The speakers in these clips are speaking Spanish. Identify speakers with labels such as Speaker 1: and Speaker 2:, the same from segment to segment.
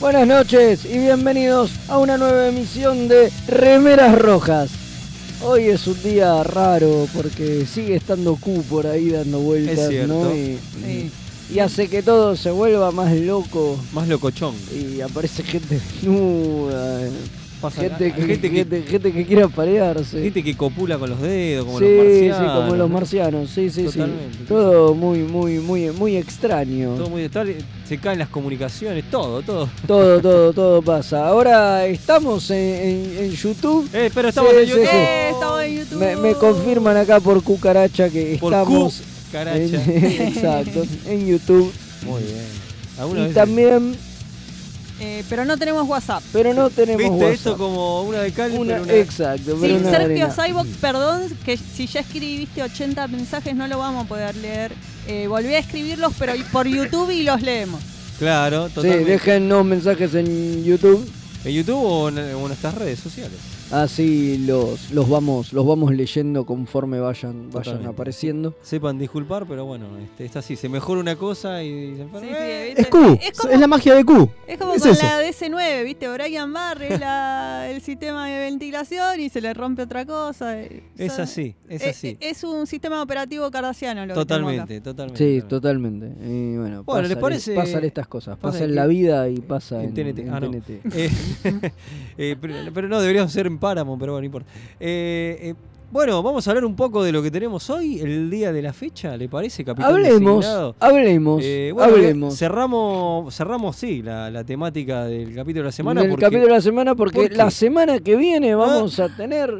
Speaker 1: Buenas noches y bienvenidos a una nueva emisión de Remeras Rojas. Hoy es un día raro porque sigue estando Q por ahí dando
Speaker 2: Es
Speaker 1: vueltas,
Speaker 2: cierto.
Speaker 1: ¿no? Y, y hace que todo se vuelva más loco
Speaker 2: Más locochón.
Speaker 1: y aparece gente desnuda, eh,
Speaker 2: Pasa
Speaker 1: gente,
Speaker 2: acá.
Speaker 1: que,
Speaker 2: gente, que,
Speaker 1: gente- gente que quiere aparearse.
Speaker 2: gente que copula con los dedos, como
Speaker 1: sí,
Speaker 2: los
Speaker 1: sí,
Speaker 2: marcianos.
Speaker 1: como los marcianos, sí, sí, sí.
Speaker 2: Totalmente.
Speaker 1: Todo muy, muy, muy, muy extraño.
Speaker 2: Todo muy tarde, se caen las comunicaciones, todo, todo.
Speaker 1: Todo, todo, todo pasa. Ahora estamos en, en- en YouTube.
Speaker 2: Eh, pero estamos
Speaker 1: Sí,
Speaker 2: en
Speaker 1: sí,
Speaker 2: YouTube.
Speaker 1: sí.
Speaker 3: ¡Eh! Estaba en YouTube.
Speaker 1: Me, me confirman acá por cucaracha que
Speaker 2: Por
Speaker 1: estamos
Speaker 2: Q,
Speaker 1: en,
Speaker 2: caracha.
Speaker 1: exacto, en YouTube.
Speaker 2: Muy bien.
Speaker 1: y
Speaker 2: Algunas veces-
Speaker 1: también,
Speaker 3: Eh, pero no tenemos WhatsApp.
Speaker 1: pero no tenemos
Speaker 2: ¿Viste
Speaker 1: WhatsApp.
Speaker 2: esto como una de cal,
Speaker 1: Una-
Speaker 2: pero una-
Speaker 1: Exacto, pero
Speaker 3: Sí,
Speaker 1: una
Speaker 3: Sergio
Speaker 1: arena.
Speaker 3: Cyborg, perdón, que si ya escribiste 80 mensajes no lo vamos a poder leer. Eh, volví a escribirlos, pero por YouTube y los leemos.
Speaker 2: Claro,
Speaker 1: Sí,
Speaker 2: totalmente.
Speaker 1: déjennos mensajes en YouTube.
Speaker 2: ¿En YouTube o en, o en nuestras redes sociales?
Speaker 1: Así los, los vamos, los vamos leyendo conforme vayan, vayan
Speaker 2: Totalmente.
Speaker 1: apareciendo.
Speaker 2: Sepan disculpar, pero bueno, este, es así. Se mejora una cosa y eh, se enferma.
Speaker 3: Sí, sí, ¿viste?
Speaker 4: Es Q,
Speaker 3: Es
Speaker 4: es,
Speaker 3: como,
Speaker 4: la magia de Q.
Speaker 3: es como
Speaker 4: es
Speaker 3: con
Speaker 4: eso.
Speaker 3: la DC9, ¿viste? Brian Barre, la- el sistema de ventilación y se le rompe otra cosa. eh,
Speaker 2: Es
Speaker 3: son-
Speaker 2: así, es
Speaker 3: eh,
Speaker 2: así.
Speaker 3: eh, es un sistema operativo cardassiano lo que tenemos acá.
Speaker 2: Totalmente, totalmente.
Speaker 1: Sí,
Speaker 2: totalmente.
Speaker 1: totalmente. Y bueno,
Speaker 2: Bueno, ¿les
Speaker 1: pasan-
Speaker 2: parece-
Speaker 1: pasan estas cosas.
Speaker 2: pasa
Speaker 1: Pasa en
Speaker 2: que-
Speaker 1: la vida y pasa en,
Speaker 2: en TNT.
Speaker 1: en
Speaker 2: Ah, no.
Speaker 1: TNT.
Speaker 2: Eh, eh, pero, pero no, deberíamos ser en Paramount, pero bueno, no importa. Eh, eh, bueno, vamos a hablar un poco de lo que tenemos hoy, el día de la fecha, ¿le parece, capitán?
Speaker 1: Hablemos,
Speaker 2: designado?
Speaker 1: hablemos,
Speaker 2: Eh, bueno,
Speaker 1: hablemos.
Speaker 2: Cerramos, cerramos sí, la, la temática del capítulo de la semana.
Speaker 1: del
Speaker 2: porque
Speaker 1: capítulo de la semana porque
Speaker 2: ¿Por qué?
Speaker 1: la semana que viene vamos a tener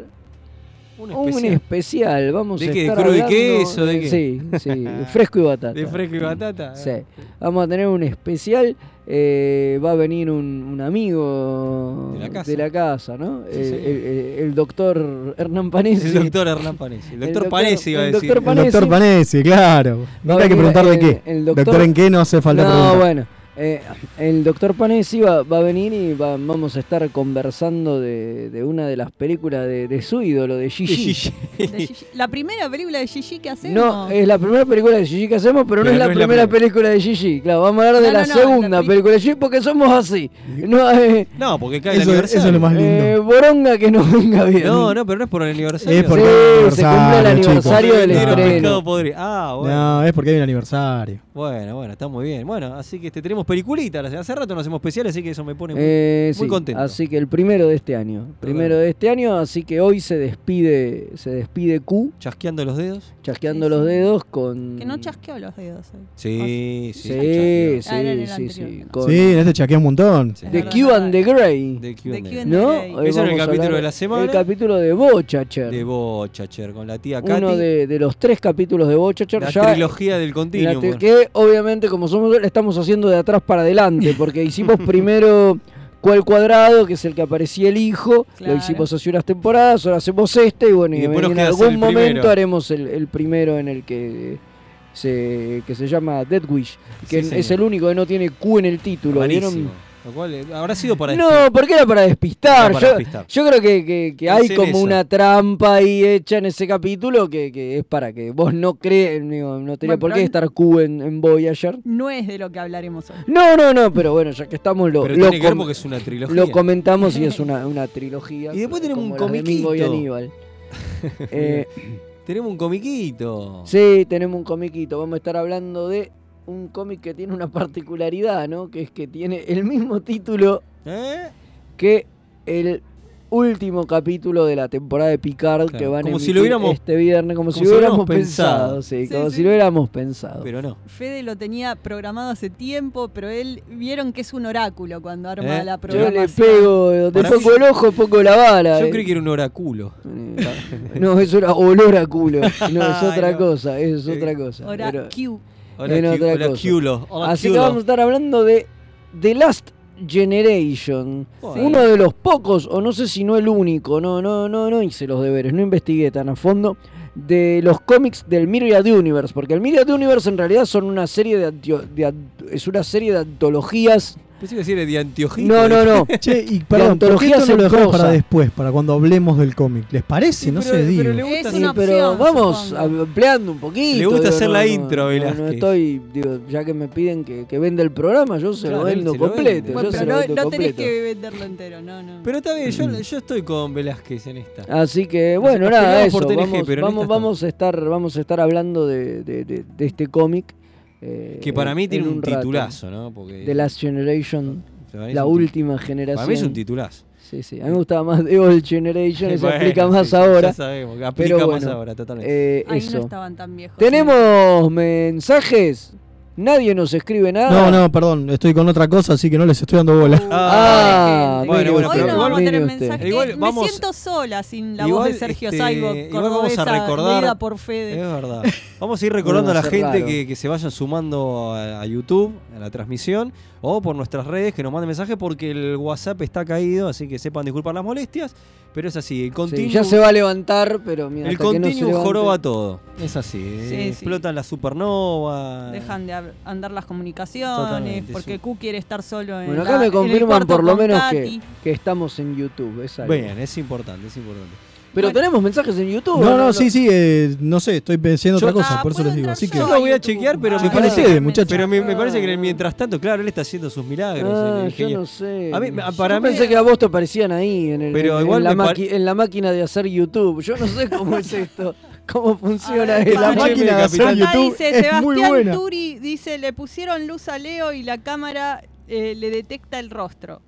Speaker 2: un
Speaker 1: un
Speaker 2: especial
Speaker 1: especial. Vamos
Speaker 2: ¿De
Speaker 1: a
Speaker 2: qué? ¿De
Speaker 1: estar
Speaker 2: crudo y
Speaker 1: hablando
Speaker 2: queso? ¿De qué?
Speaker 1: Sí, sí, fresco y batata.
Speaker 2: de fresco y batata. eh.
Speaker 1: Sí, vamos a tener un especial. eh, va a venir un, un amigo
Speaker 2: De la casa.
Speaker 1: casa, ¿no?
Speaker 2: Sí,
Speaker 1: Eh,
Speaker 2: señor.
Speaker 1: el, el- el doctor Hernán Panesi.
Speaker 2: El doctor Hernán Panesi. El doctor Panesi iba a
Speaker 1: el
Speaker 2: decir.
Speaker 1: doctor
Speaker 4: El doctor Panesi, claro.
Speaker 1: Va a
Speaker 4: No hay que
Speaker 1: venir
Speaker 4: preguntar de
Speaker 1: el-
Speaker 4: qué.
Speaker 1: eh, el doctor-
Speaker 4: doctor... en qué no hace falta
Speaker 1: no,
Speaker 4: preguntar.
Speaker 1: bueno. eh, el doctor Panesi va, va a venir y va- vamos a estar conversando de, de una de las películas de, de su ídolo, de Gigi.
Speaker 2: Gigi.
Speaker 3: De Gigi- La primera película de Gigi que hacemos.
Speaker 1: No, es la primera película de Gigi que hacemos, pero, no es la primera película de Gigi. Claro, vamos a hablar de
Speaker 3: No,
Speaker 1: la
Speaker 3: no, no,
Speaker 1: segunda
Speaker 3: la pri-
Speaker 1: película de Gigi porque somos así. No, eh,
Speaker 2: No, porque cae el
Speaker 4: Eso, eso
Speaker 2: aniversario.
Speaker 4: es lo más lindo.
Speaker 1: eh, boronga que nos venga bien.
Speaker 2: No, no, pero no es por el aniversario.
Speaker 4: Es por
Speaker 1: Sí, se cumple el
Speaker 4: aniversario, chicos.
Speaker 1: aniversario del
Speaker 2: Era pescado
Speaker 1: estreno.
Speaker 2: podrido. Ah, bueno.
Speaker 4: No, es porque hay un aniversario.
Speaker 2: Bueno, bueno, está muy bien. Bueno, así que este, tenemos peliculita. Hace rato no hacemos especiales, así que eso me pone muy...
Speaker 1: Eh,
Speaker 2: muy
Speaker 1: sí,
Speaker 2: contento.
Speaker 1: Así que el primero de este año. Primero de este año, así que hoy se despide, se despide Q,
Speaker 2: chasqueando los dedos.
Speaker 1: chasqueando
Speaker 3: Sí,
Speaker 1: los
Speaker 3: sí.
Speaker 1: dedos con.
Speaker 3: Que no chasqueó los dedos hoy.
Speaker 2: Ah, Sí,
Speaker 1: Sí, sí,
Speaker 3: Ah, era en
Speaker 1: sí,
Speaker 3: el
Speaker 1: sí,
Speaker 3: anterior, que no.
Speaker 1: Con
Speaker 4: Sí, en este chaquea un montón.
Speaker 2: Sí.
Speaker 1: The
Speaker 3: Es
Speaker 1: Q and the Grey.
Speaker 2: De Q&A.
Speaker 3: De Q&A.
Speaker 1: ¿No?
Speaker 3: Eso
Speaker 1: Hoy
Speaker 2: era el
Speaker 1: vamos a
Speaker 2: capítulo
Speaker 1: hablar
Speaker 2: de la semana.
Speaker 1: El capítulo de Bochacher.
Speaker 2: De Bochacher, con la tía Katy.
Speaker 1: Uno de, de los tres capítulos de Bochacher.
Speaker 2: la
Speaker 1: ya
Speaker 2: trilogía del
Speaker 1: la
Speaker 2: continuum.
Speaker 1: tri- que obviamente, como somos dos, la estamos haciendo de atrás para adelante, porque hicimos primero Cual Cuadrado, que es el que aparecía el hijo.
Speaker 3: Claro.
Speaker 1: Lo hicimos hace unas temporadas, ahora hacemos este, y bueno,
Speaker 2: Y
Speaker 1: y
Speaker 2: después nos
Speaker 1: en
Speaker 2: queda hacer
Speaker 1: algún
Speaker 2: el
Speaker 1: momento
Speaker 2: primero.
Speaker 1: haremos el, el primero en el que se, que se llama Dead Wish, que
Speaker 2: Sí,
Speaker 1: es
Speaker 2: señor.
Speaker 1: el único que no tiene Q en el título. ¿vieron?
Speaker 2: Rarísimo. Lo cual eh, habrá sido para este-
Speaker 1: No, porque era para despistar.
Speaker 2: Era para
Speaker 1: yo,
Speaker 2: despistar.
Speaker 1: yo creo que, que- que hay
Speaker 2: Pensé en
Speaker 1: como
Speaker 2: eso.
Speaker 1: una trampa ahí hecha en ese capítulo que, que es para que vos no crees, digo, no tenía
Speaker 3: Bueno,
Speaker 1: por
Speaker 3: pero
Speaker 1: qué
Speaker 3: an-
Speaker 1: estar Q en, en Voyager.
Speaker 3: No es de lo que hablaremos hoy.
Speaker 1: No, no, no, pero bueno, ya que estamos lo,
Speaker 2: Pero
Speaker 1: lo
Speaker 2: tiene que ver
Speaker 1: com-
Speaker 2: porque es una trilogía.
Speaker 1: lo comentamos y es una, una trilogía.
Speaker 2: Y después tenemos
Speaker 1: como
Speaker 2: un
Speaker 1: las de Mingo y
Speaker 2: comiquito.
Speaker 1: Aníbal. Eh,
Speaker 2: Tenemos un comiquito.
Speaker 1: sí, tenemos un comiquito. Vamos a estar hablando de un cómic que tiene una particularidad, ¿no? Que es que tiene el mismo título
Speaker 2: ¿Eh?
Speaker 1: que el último capítulo de la temporada de Picard
Speaker 2: Claro,
Speaker 1: que van a
Speaker 2: como si
Speaker 1: emitir
Speaker 2: lo hubiéramos-
Speaker 1: este viernes, como, si
Speaker 2: como
Speaker 1: lo
Speaker 2: si lo
Speaker 1: hubiéramos
Speaker 2: hubiéramos
Speaker 1: pensado,
Speaker 2: pensado.
Speaker 1: sí,
Speaker 3: Sí,
Speaker 1: como
Speaker 3: sí.
Speaker 1: si lo hubiéramos pensado.
Speaker 2: Pero no.
Speaker 3: Fede lo tenía programado hace tiempo, pero él vieron que es un oráculo cuando arma
Speaker 2: ¿Eh?
Speaker 3: la
Speaker 2: Yo
Speaker 1: Yo le
Speaker 3: programación.
Speaker 1: pego, te
Speaker 2: Para mí-
Speaker 1: pongo el ojo, pongo la bala.
Speaker 2: Yo
Speaker 1: eh.
Speaker 2: creí que era un oráculo.
Speaker 1: No, eso era olor a culo. No, es
Speaker 2: Ay,
Speaker 1: otra
Speaker 2: no.
Speaker 1: cosa, es
Speaker 2: Eh,
Speaker 1: otra cosa.
Speaker 3: Ora
Speaker 1: Pero-
Speaker 3: Q.
Speaker 1: Era
Speaker 2: Oracu-
Speaker 1: otra cosa.
Speaker 2: Oraculo.
Speaker 1: Así que
Speaker 2: Oraculo.
Speaker 1: vamos a estar hablando de The Last Generation.
Speaker 2: Bueno.
Speaker 1: Uno de los pocos, o no sé si no el único, no, no, no, no hice los deberes, no investigué tan a fondo, de los cómics del Myriad Universe, porque el Myriad Universe en realidad son una serie de, antio- de an- es una serie de antologías
Speaker 2: Pensé que decir de anteojito.
Speaker 1: No, no, no.
Speaker 5: Che, y perdón, ¿por qué
Speaker 1: antología
Speaker 5: esto no lo
Speaker 1: en
Speaker 5: dejamos para
Speaker 1: prosa.
Speaker 5: después, para cuando hablemos del cómic? ¿Les parece?
Speaker 2: Sí,
Speaker 5: no
Speaker 2: pero-
Speaker 5: sé, digo.
Speaker 2: pero le
Speaker 4: Es
Speaker 2: gusta
Speaker 1: Sí,
Speaker 4: una
Speaker 1: pero
Speaker 4: opción,
Speaker 1: vamos
Speaker 4: supongo.
Speaker 1: ampliando un poquito.
Speaker 2: Le gusta hacer la
Speaker 1: no,
Speaker 2: intro,
Speaker 1: no, no,
Speaker 2: Velázquez.
Speaker 1: estoy, digo, ya que me piden que, que venda el programa, yo se lo
Speaker 2: Claro, él
Speaker 1: vendo
Speaker 2: se lo
Speaker 1: completo.
Speaker 2: vende.
Speaker 4: Bueno,
Speaker 1: yo
Speaker 4: pero
Speaker 1: se lo
Speaker 4: no,
Speaker 1: vendo
Speaker 4: no tenés
Speaker 1: completo.
Speaker 4: que venderlo entero, no, no.
Speaker 2: Pero está bien,
Speaker 1: Mm.
Speaker 2: yo, yo estoy con Velázquez en esta.
Speaker 1: Así que bueno,
Speaker 2: nos
Speaker 1: nada,
Speaker 2: peleamos
Speaker 1: eso.
Speaker 2: por TNG,
Speaker 1: vamos,
Speaker 2: pero en
Speaker 1: vamos,
Speaker 2: esta
Speaker 1: vamos a estar, vamos a estar hablando de, de- de- de este cómic. eh,
Speaker 2: que para mí
Speaker 1: en-
Speaker 2: tiene
Speaker 1: en
Speaker 2: un,
Speaker 1: rato.
Speaker 2: titulazo, ¿no? Porque
Speaker 1: The Last Generation,
Speaker 2: para mí es
Speaker 1: la
Speaker 2: un tit-
Speaker 1: última generación.
Speaker 2: Para mí es un titulazo.
Speaker 1: Sí, sí. A mí me gustaba más The Old Generation, eso
Speaker 2: Bueno,
Speaker 1: aplica
Speaker 2: sí,
Speaker 1: más
Speaker 2: ya
Speaker 1: ahora.
Speaker 2: sabemos, que
Speaker 1: Pero
Speaker 2: aplica más
Speaker 1: bueno,
Speaker 2: ahora, totalmente.
Speaker 1: Eh,
Speaker 4: Ahí
Speaker 1: eso.
Speaker 4: no estaban tan viejos.
Speaker 1: Tenemos mensajes. Nadie nos escribe nada.
Speaker 5: No, no, perdón, estoy con otra cosa, así que no les estoy dando bola.
Speaker 1: Ah,
Speaker 4: Pobre Uh, gente.
Speaker 2: bueno, bueno,
Speaker 4: Hoy
Speaker 2: pero
Speaker 4: no
Speaker 2: igual-
Speaker 4: vamos a tener
Speaker 1: mire usted.
Speaker 4: mensajes.
Speaker 2: Igual
Speaker 4: Me
Speaker 2: vamos-
Speaker 4: siento sola sin la
Speaker 2: igual,
Speaker 4: voz de Sergio
Speaker 2: este,
Speaker 4: Saibo,
Speaker 2: igual vamos a
Speaker 4: cordobesa,
Speaker 2: recordar-
Speaker 4: leída por Fede.
Speaker 2: Es verdad. Vamos a ir recordando a
Speaker 1: Bueno,
Speaker 2: la
Speaker 1: va a ser
Speaker 2: gente
Speaker 1: raro.
Speaker 2: que, que se vaya sumando a, a YouTube, a la transmisión, o por nuestras redes que nos manden mensajes porque el WhatsApp está caído, así que sepan disculpar las molestias, pero es así,
Speaker 1: Sí,
Speaker 2: el continuo,
Speaker 1: ya se va a levantar, pero mira,
Speaker 2: el
Speaker 1: hasta que no se
Speaker 2: continuum
Speaker 1: levante-
Speaker 2: joroba todo. Es así,
Speaker 4: Sí,
Speaker 2: eh,
Speaker 4: sí.
Speaker 2: explotan las supernovas.
Speaker 4: Dejan de ab- andar las comunicaciones
Speaker 2: Totalmente,
Speaker 4: porque
Speaker 2: sí.
Speaker 4: Q quiere estar solo en
Speaker 1: Bueno,
Speaker 4: la-
Speaker 1: acá
Speaker 4: Ah, en
Speaker 1: me
Speaker 4: el
Speaker 1: confirman
Speaker 4: cuarto
Speaker 1: por lo
Speaker 4: con
Speaker 1: menos
Speaker 4: Katy.
Speaker 1: que, que estamos en YouTube. es algo.
Speaker 2: Bien, eh. es importante, es importante.
Speaker 1: Pero
Speaker 4: Bueno.
Speaker 1: tenemos mensajes en YouTube.
Speaker 5: No, no,
Speaker 1: lo-
Speaker 5: sí, sí, eh, no sé, estoy pensando
Speaker 2: Yo-
Speaker 5: otra cosa,
Speaker 4: Ah,
Speaker 5: por eso
Speaker 4: ¿puedo
Speaker 5: les digo.
Speaker 4: entrar
Speaker 5: Así que
Speaker 2: yo?
Speaker 4: a
Speaker 2: lo voy a
Speaker 4: YouTube?
Speaker 2: chequear, pero
Speaker 5: me parece- muchachos.
Speaker 2: Pero me, me parece que en el
Speaker 4: Ah.
Speaker 2: mientras tanto, claro, él está haciendo sus milagros.
Speaker 1: Ah,
Speaker 2: el
Speaker 1: yo
Speaker 2: ingenio.
Speaker 1: no sé.
Speaker 2: A mí- a-
Speaker 1: Yo
Speaker 2: para mí-
Speaker 1: pensé que a vos te aparecían ahí, en, el-
Speaker 2: Pero
Speaker 1: en- en
Speaker 2: igual
Speaker 1: la
Speaker 2: me pare-
Speaker 1: maqui- en la máquina de hacer YouTube. Yo no sé cómo es esto, cómo funciona
Speaker 4: Ay,
Speaker 1: esto.
Speaker 5: la
Speaker 4: Escúcheme,
Speaker 5: máquina de hacer
Speaker 2: capitán.
Speaker 4: Acá
Speaker 5: YouTube
Speaker 4: dice
Speaker 5: es muy
Speaker 4: Sebastián
Speaker 5: buena.
Speaker 4: Turi dice le pusieron luz a Leo y la cámara eh, le detecta el rostro.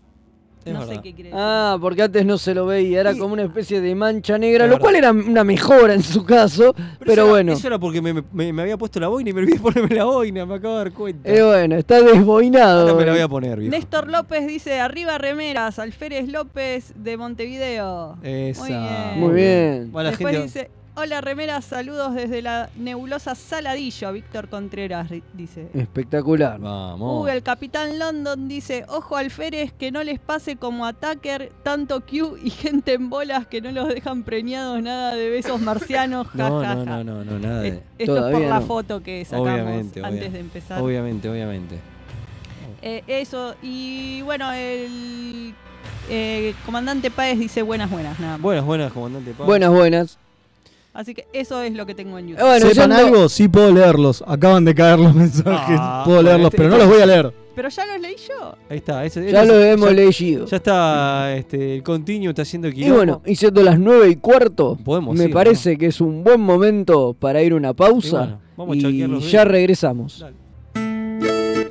Speaker 2: Es
Speaker 4: no
Speaker 2: verdad.
Speaker 4: sé qué quiere decir.
Speaker 1: Ah, porque antes no se lo veía, era
Speaker 2: Sí.
Speaker 1: como una especie de mancha negra,
Speaker 2: Es
Speaker 1: lo cual era una mejora en su caso, pero,
Speaker 2: eso era-
Speaker 1: bueno.
Speaker 2: Eso era porque me, me- me había puesto la boina y me olvidé ponerme la boina, me acabo de dar cuenta.
Speaker 1: Eh, bueno, está desboinado.
Speaker 2: Ahora Ah, me la voy a poner, viejo.
Speaker 4: Néstor López dice arriba remeras, Alférez López de Montevideo.
Speaker 2: Esa.
Speaker 4: Muy bien.
Speaker 1: Muy bien.
Speaker 2: Va la
Speaker 4: Después
Speaker 2: Eh, gente-
Speaker 4: dice hola remeras, saludos desde la nebulosa Saladillo, Víctor Contreras ri- dice.
Speaker 1: Espectacular.
Speaker 2: Vamos.
Speaker 4: Uy, el capitán London dice, ojo alférez que no les pase como a Tucker, tanto Q y gente en bolas que no los dejan preñados nada de besos marcianos,
Speaker 2: No, no,
Speaker 4: jajaja.
Speaker 2: no, no, no, nada. de-
Speaker 4: Es- Esto es por
Speaker 1: Todavía
Speaker 4: la
Speaker 1: no.
Speaker 4: foto que sacamos
Speaker 2: Obviamente, obvia-
Speaker 4: antes de empezar.
Speaker 2: Obviamente, obviamente.
Speaker 4: Eh, eso, y bueno, el eh, comandante Páez dice buenas, buenas, nada más.
Speaker 2: Buenas, buenas, comandante Paz.
Speaker 1: Buenas, buenas.
Speaker 4: Así que eso es lo que tengo en YouTube.
Speaker 1: Eh, bueno,
Speaker 5: Sepan
Speaker 1: yendo-
Speaker 5: algo, sí puedo leerlos. Acaban de caer los mensajes,
Speaker 2: Ah,
Speaker 5: puedo leerlos,
Speaker 2: este-
Speaker 5: pero no los voy a leer.
Speaker 4: Pero ya los leí yo.
Speaker 2: Ahí está. ese-
Speaker 1: Ya
Speaker 2: ese-
Speaker 1: lo hemos leído.
Speaker 2: Ya está, este, el continuo está haciendo
Speaker 1: y
Speaker 2: quilombo.
Speaker 1: bueno, y siendo las 9 y cuarto,
Speaker 2: Podemos
Speaker 1: me
Speaker 2: ir,
Speaker 1: parece que es un buen momento para ir a una
Speaker 2: Y
Speaker 1: pausa.
Speaker 2: bueno, vamos a
Speaker 1: y
Speaker 2: chequear los
Speaker 1: ya
Speaker 2: videos.
Speaker 1: regresamos.
Speaker 2: Dale.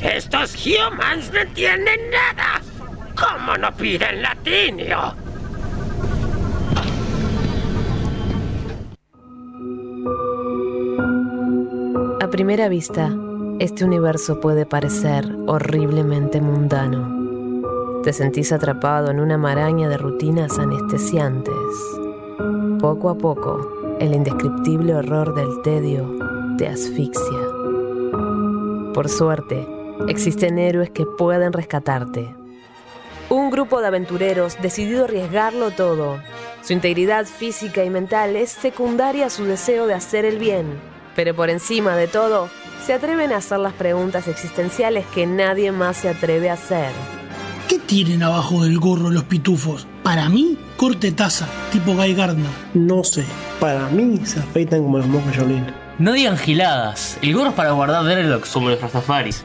Speaker 6: Estos humans no entienden nada. ¿Cómo no piden latinio?
Speaker 7: A primera vista, este universo puede parecer horriblemente mundano. Te sentís atrapado en una maraña de rutinas anestesiantes. Poco a poco, el indescriptible horror del tedio te asfixia. Por suerte, existen héroes que pueden rescatarte. Un grupo de aventureros decidido a arriesgarlo todo. Su integridad física y mental es secundaria a su deseo de hacer el bien. Pero por encima de todo, se atreven a hacer las preguntas existenciales que nadie más se atreve a hacer.
Speaker 8: ¿Qué tienen abajo del gorro los pitufos? Para mí, corte taza, tipo Guy Gardner.
Speaker 9: No sé, para mí se afeitan como los mocos Jolín.
Speaker 10: No digan giladas. El gorro es para guardar Dreadlocks como los Rastafaris.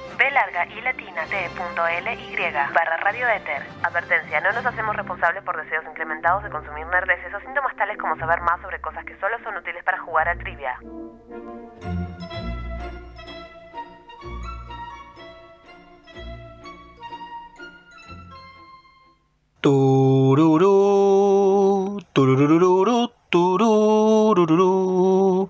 Speaker 7: B larga y latina T.ly barra Radio Éter. Advertencia, no nos hacemos responsables por deseos incrementados de consumir nerdeces o síntomas tales como saber más sobre cosas que solo son útiles para jugar a trivia.
Speaker 11: Tururú, tururururú, tururururú.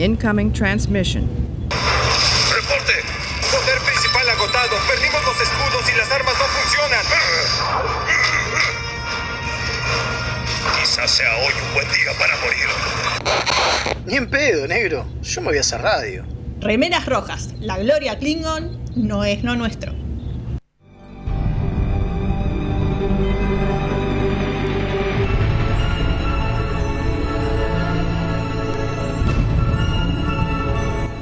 Speaker 12: Incoming transmission.
Speaker 13: ¡Reporte! Poder principal agotado. Perdimos los escudos y las armas no funcionan.
Speaker 14: Quizás sea hoy un buen día para morir.
Speaker 15: Ni en pedo, negro. Yo me voy a hacer radio.
Speaker 16: Remeras rojas, la gloria Klingon no es no nuestro.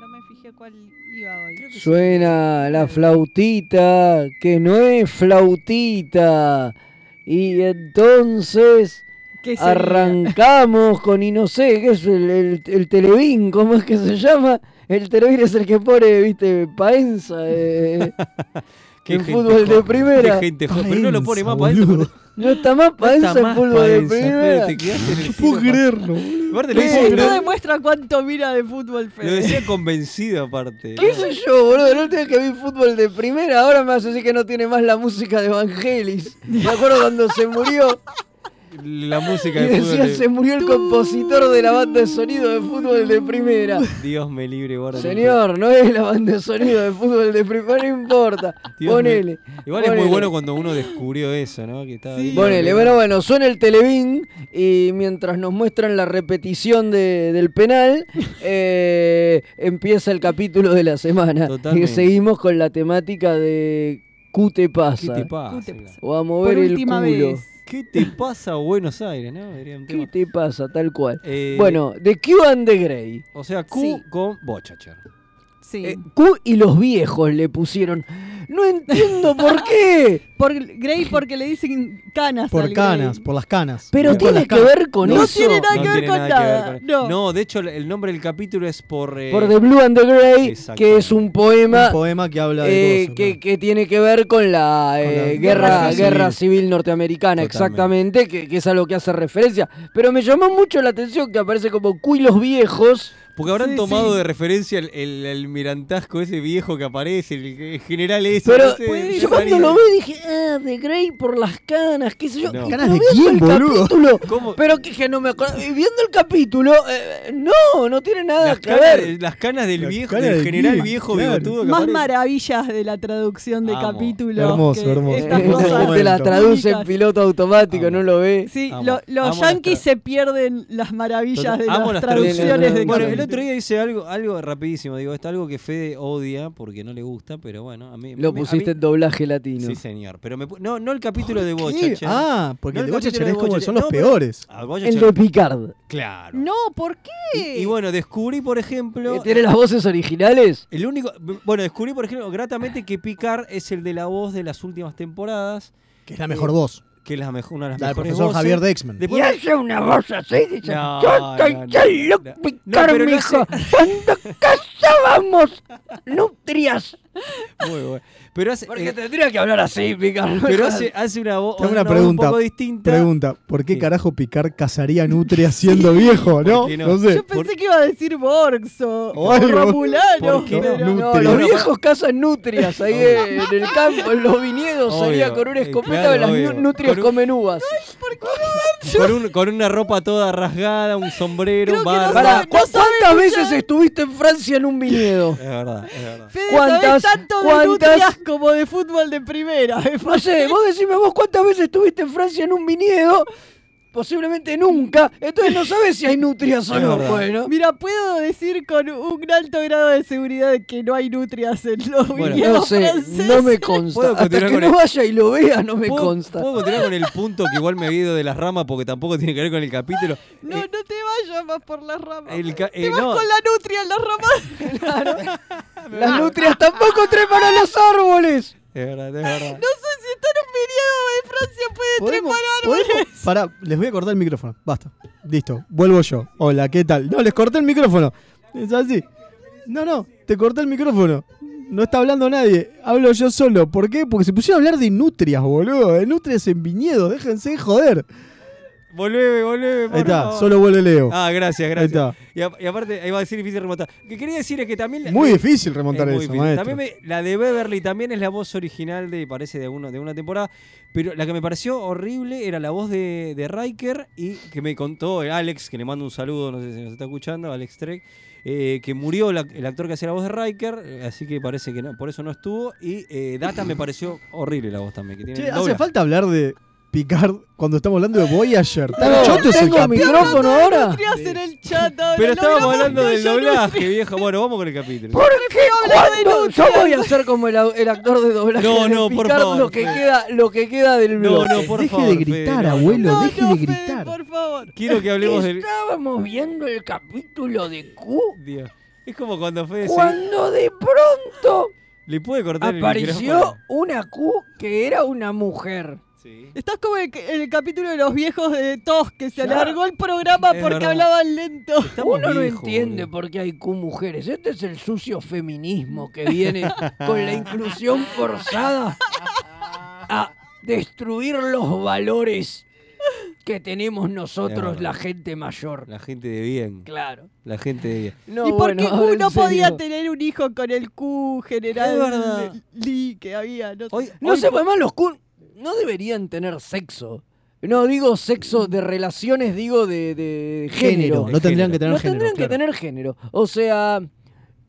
Speaker 4: No me fijé cuál iba hoy.
Speaker 1: Suena la flautita, que no es flautita. Y entonces
Speaker 4: ¿Qué sería?
Speaker 1: arrancamos con, y no sé, ¿qué es el, el, el Televín? ¿Cómo es que se llama? El Televín es el que pone, viste, Paenza eh, en
Speaker 5: gente
Speaker 1: fútbol de
Speaker 5: joven,
Speaker 1: primera.
Speaker 5: qué gente joven. Pero no lo pone más Paenza, boludo.
Speaker 1: No está más
Speaker 5: No está
Speaker 1: Paenza en
Speaker 5: más
Speaker 1: fútbol
Speaker 5: Paenza,
Speaker 1: de
Speaker 5: pero
Speaker 1: primera.
Speaker 5: te quedaste en el
Speaker 1: puedo
Speaker 5: creerlo, Aparte lo
Speaker 4: Sí,
Speaker 5: hizo-
Speaker 4: no demuestra cuánto mira de fútbol,
Speaker 5: Lo
Speaker 4: Fede.
Speaker 5: decía convencido aparte.
Speaker 1: ¿Qué sé yo, boludo? La última vez que vi fútbol de primera, ahora me hace decir que no tiene más la música de Vangelis. Me acuerdo cuando se murió.
Speaker 2: la música
Speaker 1: Y
Speaker 2: de fútbol.
Speaker 1: decía,
Speaker 2: de-
Speaker 1: se murió el compositor de la banda de sonido de fútbol de primera.
Speaker 2: Dios me libre, guarda.
Speaker 1: Señor, no es la banda de sonido de fútbol de primera, no importa.
Speaker 2: Dios
Speaker 1: ponele.
Speaker 2: me- Igual es
Speaker 1: ponele.
Speaker 2: muy bueno cuando uno descubrió eso, ¿no? Que estaba ahí.
Speaker 1: Ponele, bueno, bueno, suena el Televín y mientras nos muestran la repetición de- del penal, eh, empieza el capítulo de la semana.
Speaker 2: Totalmente.
Speaker 1: Y seguimos con la temática de ¿Qué te pasa?
Speaker 2: ¿Qué te pasa?
Speaker 1: O a mover el culo.
Speaker 2: ¿Qué te pasa Buenos Aires, no? Diría un
Speaker 1: ¿Qué
Speaker 2: tema.
Speaker 1: te pasa? Tal cual.
Speaker 2: Eh,
Speaker 1: bueno, de Q and the Grey.
Speaker 2: O sea, Q
Speaker 1: Sí.
Speaker 2: con Bochacher.
Speaker 1: Sí. Eh, Q y los viejos le pusieron. No entiendo por qué.
Speaker 4: Por Grey porque le dicen canas. al
Speaker 5: Por
Speaker 4: Grey.
Speaker 5: canas, por las canas.
Speaker 1: Pero
Speaker 5: Por
Speaker 1: tiene
Speaker 5: las
Speaker 1: que
Speaker 5: canas.
Speaker 1: ver con
Speaker 4: No
Speaker 1: eso.
Speaker 4: tiene nada que ver
Speaker 2: tiene
Speaker 4: con
Speaker 2: nada que ver
Speaker 4: nada,
Speaker 2: con-
Speaker 4: no.
Speaker 2: de hecho, el- el nombre del capítulo es por. eh,
Speaker 1: Por The Blue and the Grey,
Speaker 2: Exacto.
Speaker 1: que es un poema.
Speaker 2: Un poema que habla
Speaker 1: eh,
Speaker 2: de cosas,
Speaker 1: que, que tiene que ver con la, eh, guerra,
Speaker 5: guerra civil.
Speaker 1: guerra civil norteamericana, exactamente, que, que es a lo que hace referencia. Pero me llamó mucho la atención que aparece como Q y los viejos.
Speaker 2: Porque habrán
Speaker 1: Sí,
Speaker 2: tomado
Speaker 1: sí.
Speaker 2: de referencia el, el almirantazco ese viejo que aparece, el, el general ese.
Speaker 1: Pero pues,
Speaker 2: no sé, ese
Speaker 1: yo cuando lo
Speaker 2: marido.
Speaker 1: vi dije, ah, de Grey por las canas, qué sé yo.
Speaker 2: No.
Speaker 1: Y
Speaker 2: ¿Canas
Speaker 1: lo
Speaker 2: de
Speaker 1: veo
Speaker 2: quién,
Speaker 1: el
Speaker 2: boludo?
Speaker 1: capítulo, Pero que, que no me acuerdo. Y viendo el capítulo, eh, no, no tiene nada
Speaker 2: Las
Speaker 1: que ver.
Speaker 2: canas, de- las canas del viejo,
Speaker 5: canas
Speaker 2: del
Speaker 5: del
Speaker 2: general viejo
Speaker 5: viejo, claro.
Speaker 2: bigotudo que
Speaker 4: Más
Speaker 2: aparece.
Speaker 4: maravillas de la traducción de
Speaker 2: Amo.
Speaker 4: capítulos.
Speaker 5: Hermoso,
Speaker 4: que
Speaker 5: hermoso.
Speaker 4: estas
Speaker 5: Eh,
Speaker 4: cosas-
Speaker 1: Te la traduce en piloto automático, no lo ve.
Speaker 4: Sí, lo- los yankees se pierden las maravillas de
Speaker 2: Total- amo
Speaker 4: las traducciones de
Speaker 2: Bueno, el
Speaker 4: capítulos.
Speaker 2: otro día hice algo, algo rapidísimo, digo, esto algo que Fede odia porque no le gusta, pero bueno, a mí
Speaker 1: Lo
Speaker 2: a mí- a
Speaker 1: pusiste
Speaker 2: mí-
Speaker 1: en doblaje latino.
Speaker 2: Sí, señor, pero me pu- no no el capítulo de Bocha, che.
Speaker 5: Ah, porque el de Bocha
Speaker 2: capítulo
Speaker 5: Cher es como-
Speaker 2: Bocha,
Speaker 5: son
Speaker 2: che.
Speaker 5: los
Speaker 2: No, pero-
Speaker 5: peores.
Speaker 2: Ah, Bocha
Speaker 1: El
Speaker 2: Cher-
Speaker 1: de Picard.
Speaker 2: Claro.
Speaker 4: No, ¿por qué?
Speaker 2: Y bueno, descubrí, por ejemplo.
Speaker 1: ¿Que ¿Eh, tiene las voces originales?
Speaker 2: El único. Bueno, descubrí, por ejemplo, gratamente que Picard es el de la voz de las últimas temporadas.
Speaker 5: Que es la mejor voz.
Speaker 2: Que es la mejo- una de las
Speaker 5: La del
Speaker 2: mejores
Speaker 5: profesor
Speaker 2: voces.
Speaker 5: Javier Dexman.
Speaker 2: Después-
Speaker 5: Y hace
Speaker 1: una voz así, dice,
Speaker 2: No,
Speaker 1: "Yo estoy
Speaker 2: no, no,
Speaker 1: tan
Speaker 2: no.
Speaker 1: loco, Picard,
Speaker 2: No, pero no
Speaker 1: mijo.
Speaker 2: hace-
Speaker 1: cazábamos nutrias.
Speaker 2: Muy bueno. Pero hace,
Speaker 1: Porque tendría que hablar así, Picard.
Speaker 2: Pero hace, hace una voz,
Speaker 5: Tengo una,
Speaker 2: una voz un
Speaker 5: pregunta.
Speaker 2: poco distinta.
Speaker 5: Pregunta, ¿por qué carajo Picard cazaría a Nutria siendo viejo? No,
Speaker 2: qué
Speaker 5: no,
Speaker 2: no?
Speaker 5: sé.
Speaker 4: Yo pensé que iba a decir Borgs o,
Speaker 5: O
Speaker 4: o
Speaker 5: algo.
Speaker 4: Romulano.
Speaker 5: ¿Por qué no?
Speaker 4: pero-
Speaker 1: No,
Speaker 5: Nutrias.
Speaker 1: los viejos cazan nutrias ahí en el campo, en los viñedos,
Speaker 2: Obvio,
Speaker 1: salía con una
Speaker 2: eh,
Speaker 1: escopeta
Speaker 2: claro,
Speaker 1: y las
Speaker 2: obvio.
Speaker 1: nu- nutrias
Speaker 2: Con un-
Speaker 1: comen uvas.
Speaker 2: Con, un- con una ropa toda rasgada, un sombrero, un barba.
Speaker 1: Pará, ¿cu- ¿Cuántas veces estuviste en Francia en un viñedo?
Speaker 2: Es verdad, es verdad.
Speaker 4: Fede,
Speaker 1: ¿Cuántas?
Speaker 4: ¿Cuántas? tanto de
Speaker 1: ¿Cuántas?
Speaker 4: nutrias como de fútbol de primera. me
Speaker 1: No sé, vos decime vos cuántas veces estuviste en Francia en un viñedo. Posiblemente nunca. Entonces no sabes si hay nutrias o
Speaker 2: Es
Speaker 1: no.
Speaker 2: verdad.
Speaker 1: Bueno.
Speaker 4: Mira, puedo decir con un alto grado de seguridad que no hay nutrias en los
Speaker 2: Bueno,
Speaker 1: No
Speaker 4: viñedos
Speaker 1: sé,
Speaker 4: franceses.
Speaker 1: no me consta.
Speaker 2: ¿Puedo
Speaker 1: Hasta
Speaker 2: continuar
Speaker 1: que
Speaker 2: con
Speaker 1: no
Speaker 2: el-
Speaker 1: vaya y lo vea, no me
Speaker 2: ¿Puedo-
Speaker 1: consta.
Speaker 2: Puedo continuar con el punto que igual me había ido de las ramas porque tampoco tiene que ver con el capítulo. Eh,
Speaker 4: No, no te vayas más por las ramas.
Speaker 2: El ca-
Speaker 4: te
Speaker 2: eh,
Speaker 4: vas
Speaker 2: no.
Speaker 4: con la nutria en las ramas.
Speaker 1: Las nutrias tampoco trepan a los árboles.
Speaker 2: Es verdad, es verdad.
Speaker 4: No sé si está en un periodo de Francia puede
Speaker 5: ¿Podemos,
Speaker 4: trepar árboles.
Speaker 5: podemos- Pará, les voy a cortar el micrófono. Basta. Listo. Vuelvo yo. Hola, ¿qué tal? No, les corté el micrófono. Es así. No, no, te corté el micrófono. No está hablando nadie. Hablo yo solo. ¿Por qué? Porque se pusieron a hablar de nutrias, boludo. De nutrias en viñedo. Déjense de joder.
Speaker 2: Volveme, volveme. por
Speaker 5: Ahí está.
Speaker 2: favor.
Speaker 5: Solo vuelve Leo.
Speaker 2: Ah, gracias,
Speaker 5: Ahí
Speaker 2: gracias.
Speaker 5: está.
Speaker 2: Y, a- y aparte, ahí va a decir difícil remontar. Lo que quería decir es que también. la-
Speaker 5: Muy
Speaker 2: eh,
Speaker 5: difícil remontar
Speaker 2: es muy
Speaker 5: eso,
Speaker 2: difícil.
Speaker 5: maestro.
Speaker 2: También me- la de Beverly también es la voz original de, parece, de, uno, de una temporada. Pero la que me pareció horrible era la voz de, de Riker y que me contó el Alex, que le mando un saludo, no sé si nos está escuchando, Alex Trek. eh, que murió la- el actor que hacía la voz de Riker, eh, así que parece que no, por eso no estuvo. Y eh, Data me pareció horrible la voz también. Que tiene
Speaker 5: Che,
Speaker 2: el
Speaker 5: hace
Speaker 2: doblaje.
Speaker 5: falta hablar de Picard cuando estamos hablando de Voyager. Tan
Speaker 1: No,
Speaker 5: choto es el
Speaker 1: tengo
Speaker 5: capítulo.
Speaker 1: micrófono ahora.
Speaker 4: Nutrias en el chat ahora,
Speaker 2: Pero
Speaker 4: lo
Speaker 2: estábamos
Speaker 4: grabamos
Speaker 2: hablando
Speaker 4: con
Speaker 2: del
Speaker 4: yo,
Speaker 2: doblaje, viejo. Bueno, vamos con el capítulo.
Speaker 1: ¿Por qué?
Speaker 4: hablar de
Speaker 1: ¿Cuándo? Yo
Speaker 4: nutrias.
Speaker 1: voy a ser como el, au- el actor de doblaje.
Speaker 2: No,
Speaker 1: de
Speaker 2: no, por
Speaker 1: Picard,
Speaker 2: favor,
Speaker 1: Lo que,
Speaker 2: Fede.
Speaker 1: queda, lo que queda del
Speaker 2: No,
Speaker 1: blog.
Speaker 2: no, por
Speaker 5: Deje
Speaker 2: favor,
Speaker 5: de
Speaker 2: Fede,
Speaker 5: gritar,
Speaker 2: no, no.
Speaker 5: abuelo,
Speaker 4: No,
Speaker 5: deje
Speaker 4: no,
Speaker 5: de
Speaker 4: Fede,
Speaker 5: gritar.
Speaker 4: por favor.
Speaker 2: Quiero que hablemos del.
Speaker 1: Estábamos viendo el capítulo de Q
Speaker 2: Dios. Es como cuando Fede se-
Speaker 1: cuando de pronto
Speaker 2: le puede cortar el
Speaker 1: apareció
Speaker 2: micrófono.
Speaker 1: una Q que era una mujer.
Speaker 4: Estás como el, el capítulo de los viejos de TOS que se alargó el programa
Speaker 2: Es
Speaker 4: porque
Speaker 2: verdad.
Speaker 4: hablaban lento.
Speaker 1: Uno no
Speaker 2: viejos,
Speaker 1: entiende por qué hay Q mujeres. Este es el sucio feminismo que viene con la inclusión forzada a destruir los valores que tenemos nosotros,
Speaker 2: verdad.
Speaker 1: la gente mayor.
Speaker 2: La gente de bien.
Speaker 1: Claro.
Speaker 2: La gente de bien.
Speaker 1: No,
Speaker 4: ¿Y por qué
Speaker 1: bueno, ahora
Speaker 4: Q
Speaker 1: en
Speaker 4: no podía
Speaker 1: serio.
Speaker 4: tener un hijo con el Q
Speaker 2: Es verdad.
Speaker 4: general Lee que había? No sé.
Speaker 2: Hoy,
Speaker 1: No
Speaker 2: hoy-
Speaker 1: sé, además los Q no deberían tener sexo. No digo sexo de relaciones, digo de, de género.
Speaker 5: Género, no tendrían que tener
Speaker 1: no
Speaker 5: género,
Speaker 1: tendrían
Speaker 5: claro.
Speaker 1: que tener género. O sea.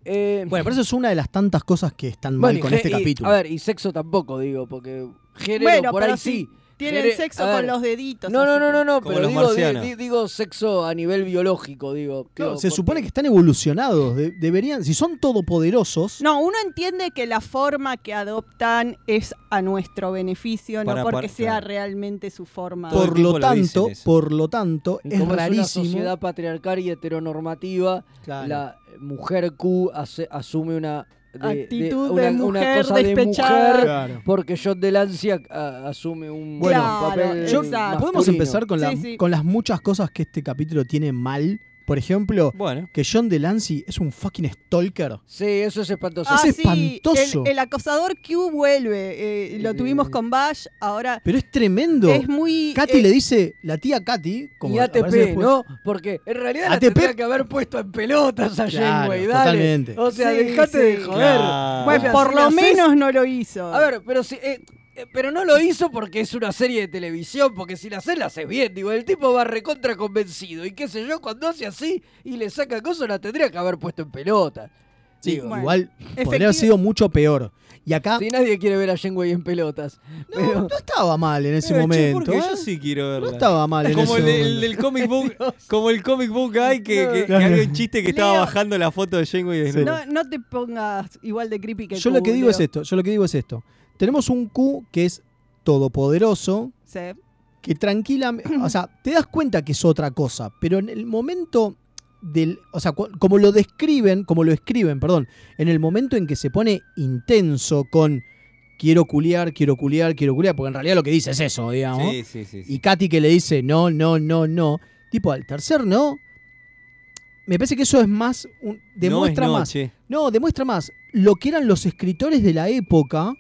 Speaker 1: eh,
Speaker 5: Bueno, pero eso es una de las tantas cosas que están mal
Speaker 1: bueno, y
Speaker 5: con
Speaker 1: ge-
Speaker 5: este
Speaker 1: y-
Speaker 5: capítulo.
Speaker 1: A ver, y sexo tampoco, digo, porque género
Speaker 4: Bueno,
Speaker 1: por
Speaker 4: pero
Speaker 1: ahí sí.
Speaker 4: sí, tienen
Speaker 1: Gene-
Speaker 4: sexo
Speaker 1: a ver,
Speaker 4: con los deditos,
Speaker 1: No, no,
Speaker 4: así
Speaker 1: no,
Speaker 4: que-
Speaker 1: no, no
Speaker 4: Como
Speaker 1: pero
Speaker 2: los
Speaker 1: digo, di-
Speaker 2: marcianos.
Speaker 1: di- digo sexo a nivel biológico, digo.
Speaker 5: Claro,
Speaker 1: digo,
Speaker 5: se
Speaker 1: por-
Speaker 5: supone que están evolucionados. de- deberían, si son todopoderosos,
Speaker 4: No, uno entiende que la forma que adoptan es a nuestro beneficio,
Speaker 5: Para-
Speaker 4: no porque
Speaker 5: para-
Speaker 4: sea
Speaker 5: claro.
Speaker 4: realmente su forma.
Speaker 5: por
Speaker 2: tiempo
Speaker 5: lo
Speaker 2: lo dicen
Speaker 5: tanto,
Speaker 2: eso.
Speaker 5: por lo tanto,
Speaker 1: Y
Speaker 5: es
Speaker 1: como
Speaker 5: rarísimo.
Speaker 1: una sociedad patriarcal y heteronormativa,
Speaker 5: Claro.
Speaker 1: la mujer Q hace- asume una de-
Speaker 4: Actitud
Speaker 1: una,
Speaker 4: de
Speaker 1: una
Speaker 4: mujer
Speaker 1: cosa
Speaker 4: despechada.
Speaker 1: de mujer,
Speaker 5: Claro.
Speaker 1: porque John Delancia a- asume un
Speaker 5: Bueno,
Speaker 1: un papel
Speaker 5: Yo-
Speaker 1: masculino.
Speaker 5: podemos empezar con, las-
Speaker 4: Sí, sí.
Speaker 5: con las muchas cosas que este capítulo tiene mal. Por ejemplo,
Speaker 2: Bueno.
Speaker 5: que John DeLancey es un fucking stalker.
Speaker 1: Sí, eso es espantoso.
Speaker 4: Ah,
Speaker 5: es
Speaker 4: sí,
Speaker 5: espantoso.
Speaker 4: El, el acosador Q vuelve. eh, lo tuvimos con Bash, ahora
Speaker 5: Pero es tremendo.
Speaker 4: es muy.
Speaker 5: Katy
Speaker 4: eh,
Speaker 5: le dice, la tía Katy, como
Speaker 1: y ATP,
Speaker 5: aparece después,
Speaker 1: ¿no? Porque en realidad la
Speaker 5: ATP.
Speaker 1: tendría que haber puesto en pelotas a
Speaker 5: Claro,
Speaker 1: Janeway, dale.
Speaker 5: totalmente.
Speaker 1: O sea,
Speaker 4: Sí,
Speaker 1: dejate
Speaker 4: sí.
Speaker 1: de joder.
Speaker 5: Claro.
Speaker 1: O sea,
Speaker 4: Bueno, por
Speaker 1: si
Speaker 4: lo
Speaker 1: la haces-
Speaker 4: menos no lo hizo.
Speaker 1: A ver, pero si. eh, eh, pero no lo hizo porque es una serie de televisión, porque si la haces, la haces bien. Digo, el tipo va recontra convencido. Y qué sé yo, cuando hace así y le saca cosas, la tendría que haber puesto en pelota.
Speaker 5: Sí,
Speaker 1: Digo,
Speaker 5: igual podría
Speaker 4: Efectiva-
Speaker 5: haber sido mucho peor. Y
Speaker 2: Ah.
Speaker 5: acá
Speaker 1: Si nadie quiere ver a Janeway en pelotas. pero-
Speaker 5: no estaba mal en ese
Speaker 2: Eh, che,
Speaker 5: momento.
Speaker 2: porque
Speaker 5: ¿eh?
Speaker 2: yo sí quiero verla.
Speaker 5: No estaba mal en
Speaker 2: como
Speaker 5: ese
Speaker 2: el, el
Speaker 5: momento.
Speaker 2: del comic book, como el comic book guy que, que- que
Speaker 5: Claro.
Speaker 2: había un chiste que estaba
Speaker 4: Leo.
Speaker 2: bajando la foto de Janeway desnudo.
Speaker 4: no, no te pongas igual de creepy que
Speaker 5: Yo lo que digo es esto, yo lo que digo es esto. Tenemos un Q que es todopoderoso,
Speaker 4: esto.
Speaker 5: que tranquilamente, o sea, te das cuenta que es otra cosa, pero en el momento del, o sea, cu- como lo describen, como lo escriben, perdón, en el momento en que se pone intenso con quiero culiar, quiero culiar, quiero culiar, porque en realidad lo que dice es eso, digamos.
Speaker 2: Sí, sí, sí. sí.
Speaker 5: Y Katy que le dice no, no, no, no, tipo al tercer no, me parece que eso es más, un- demuestra
Speaker 2: no es
Speaker 5: más.
Speaker 2: noche.
Speaker 5: No, demuestra más lo que eran los escritores de la época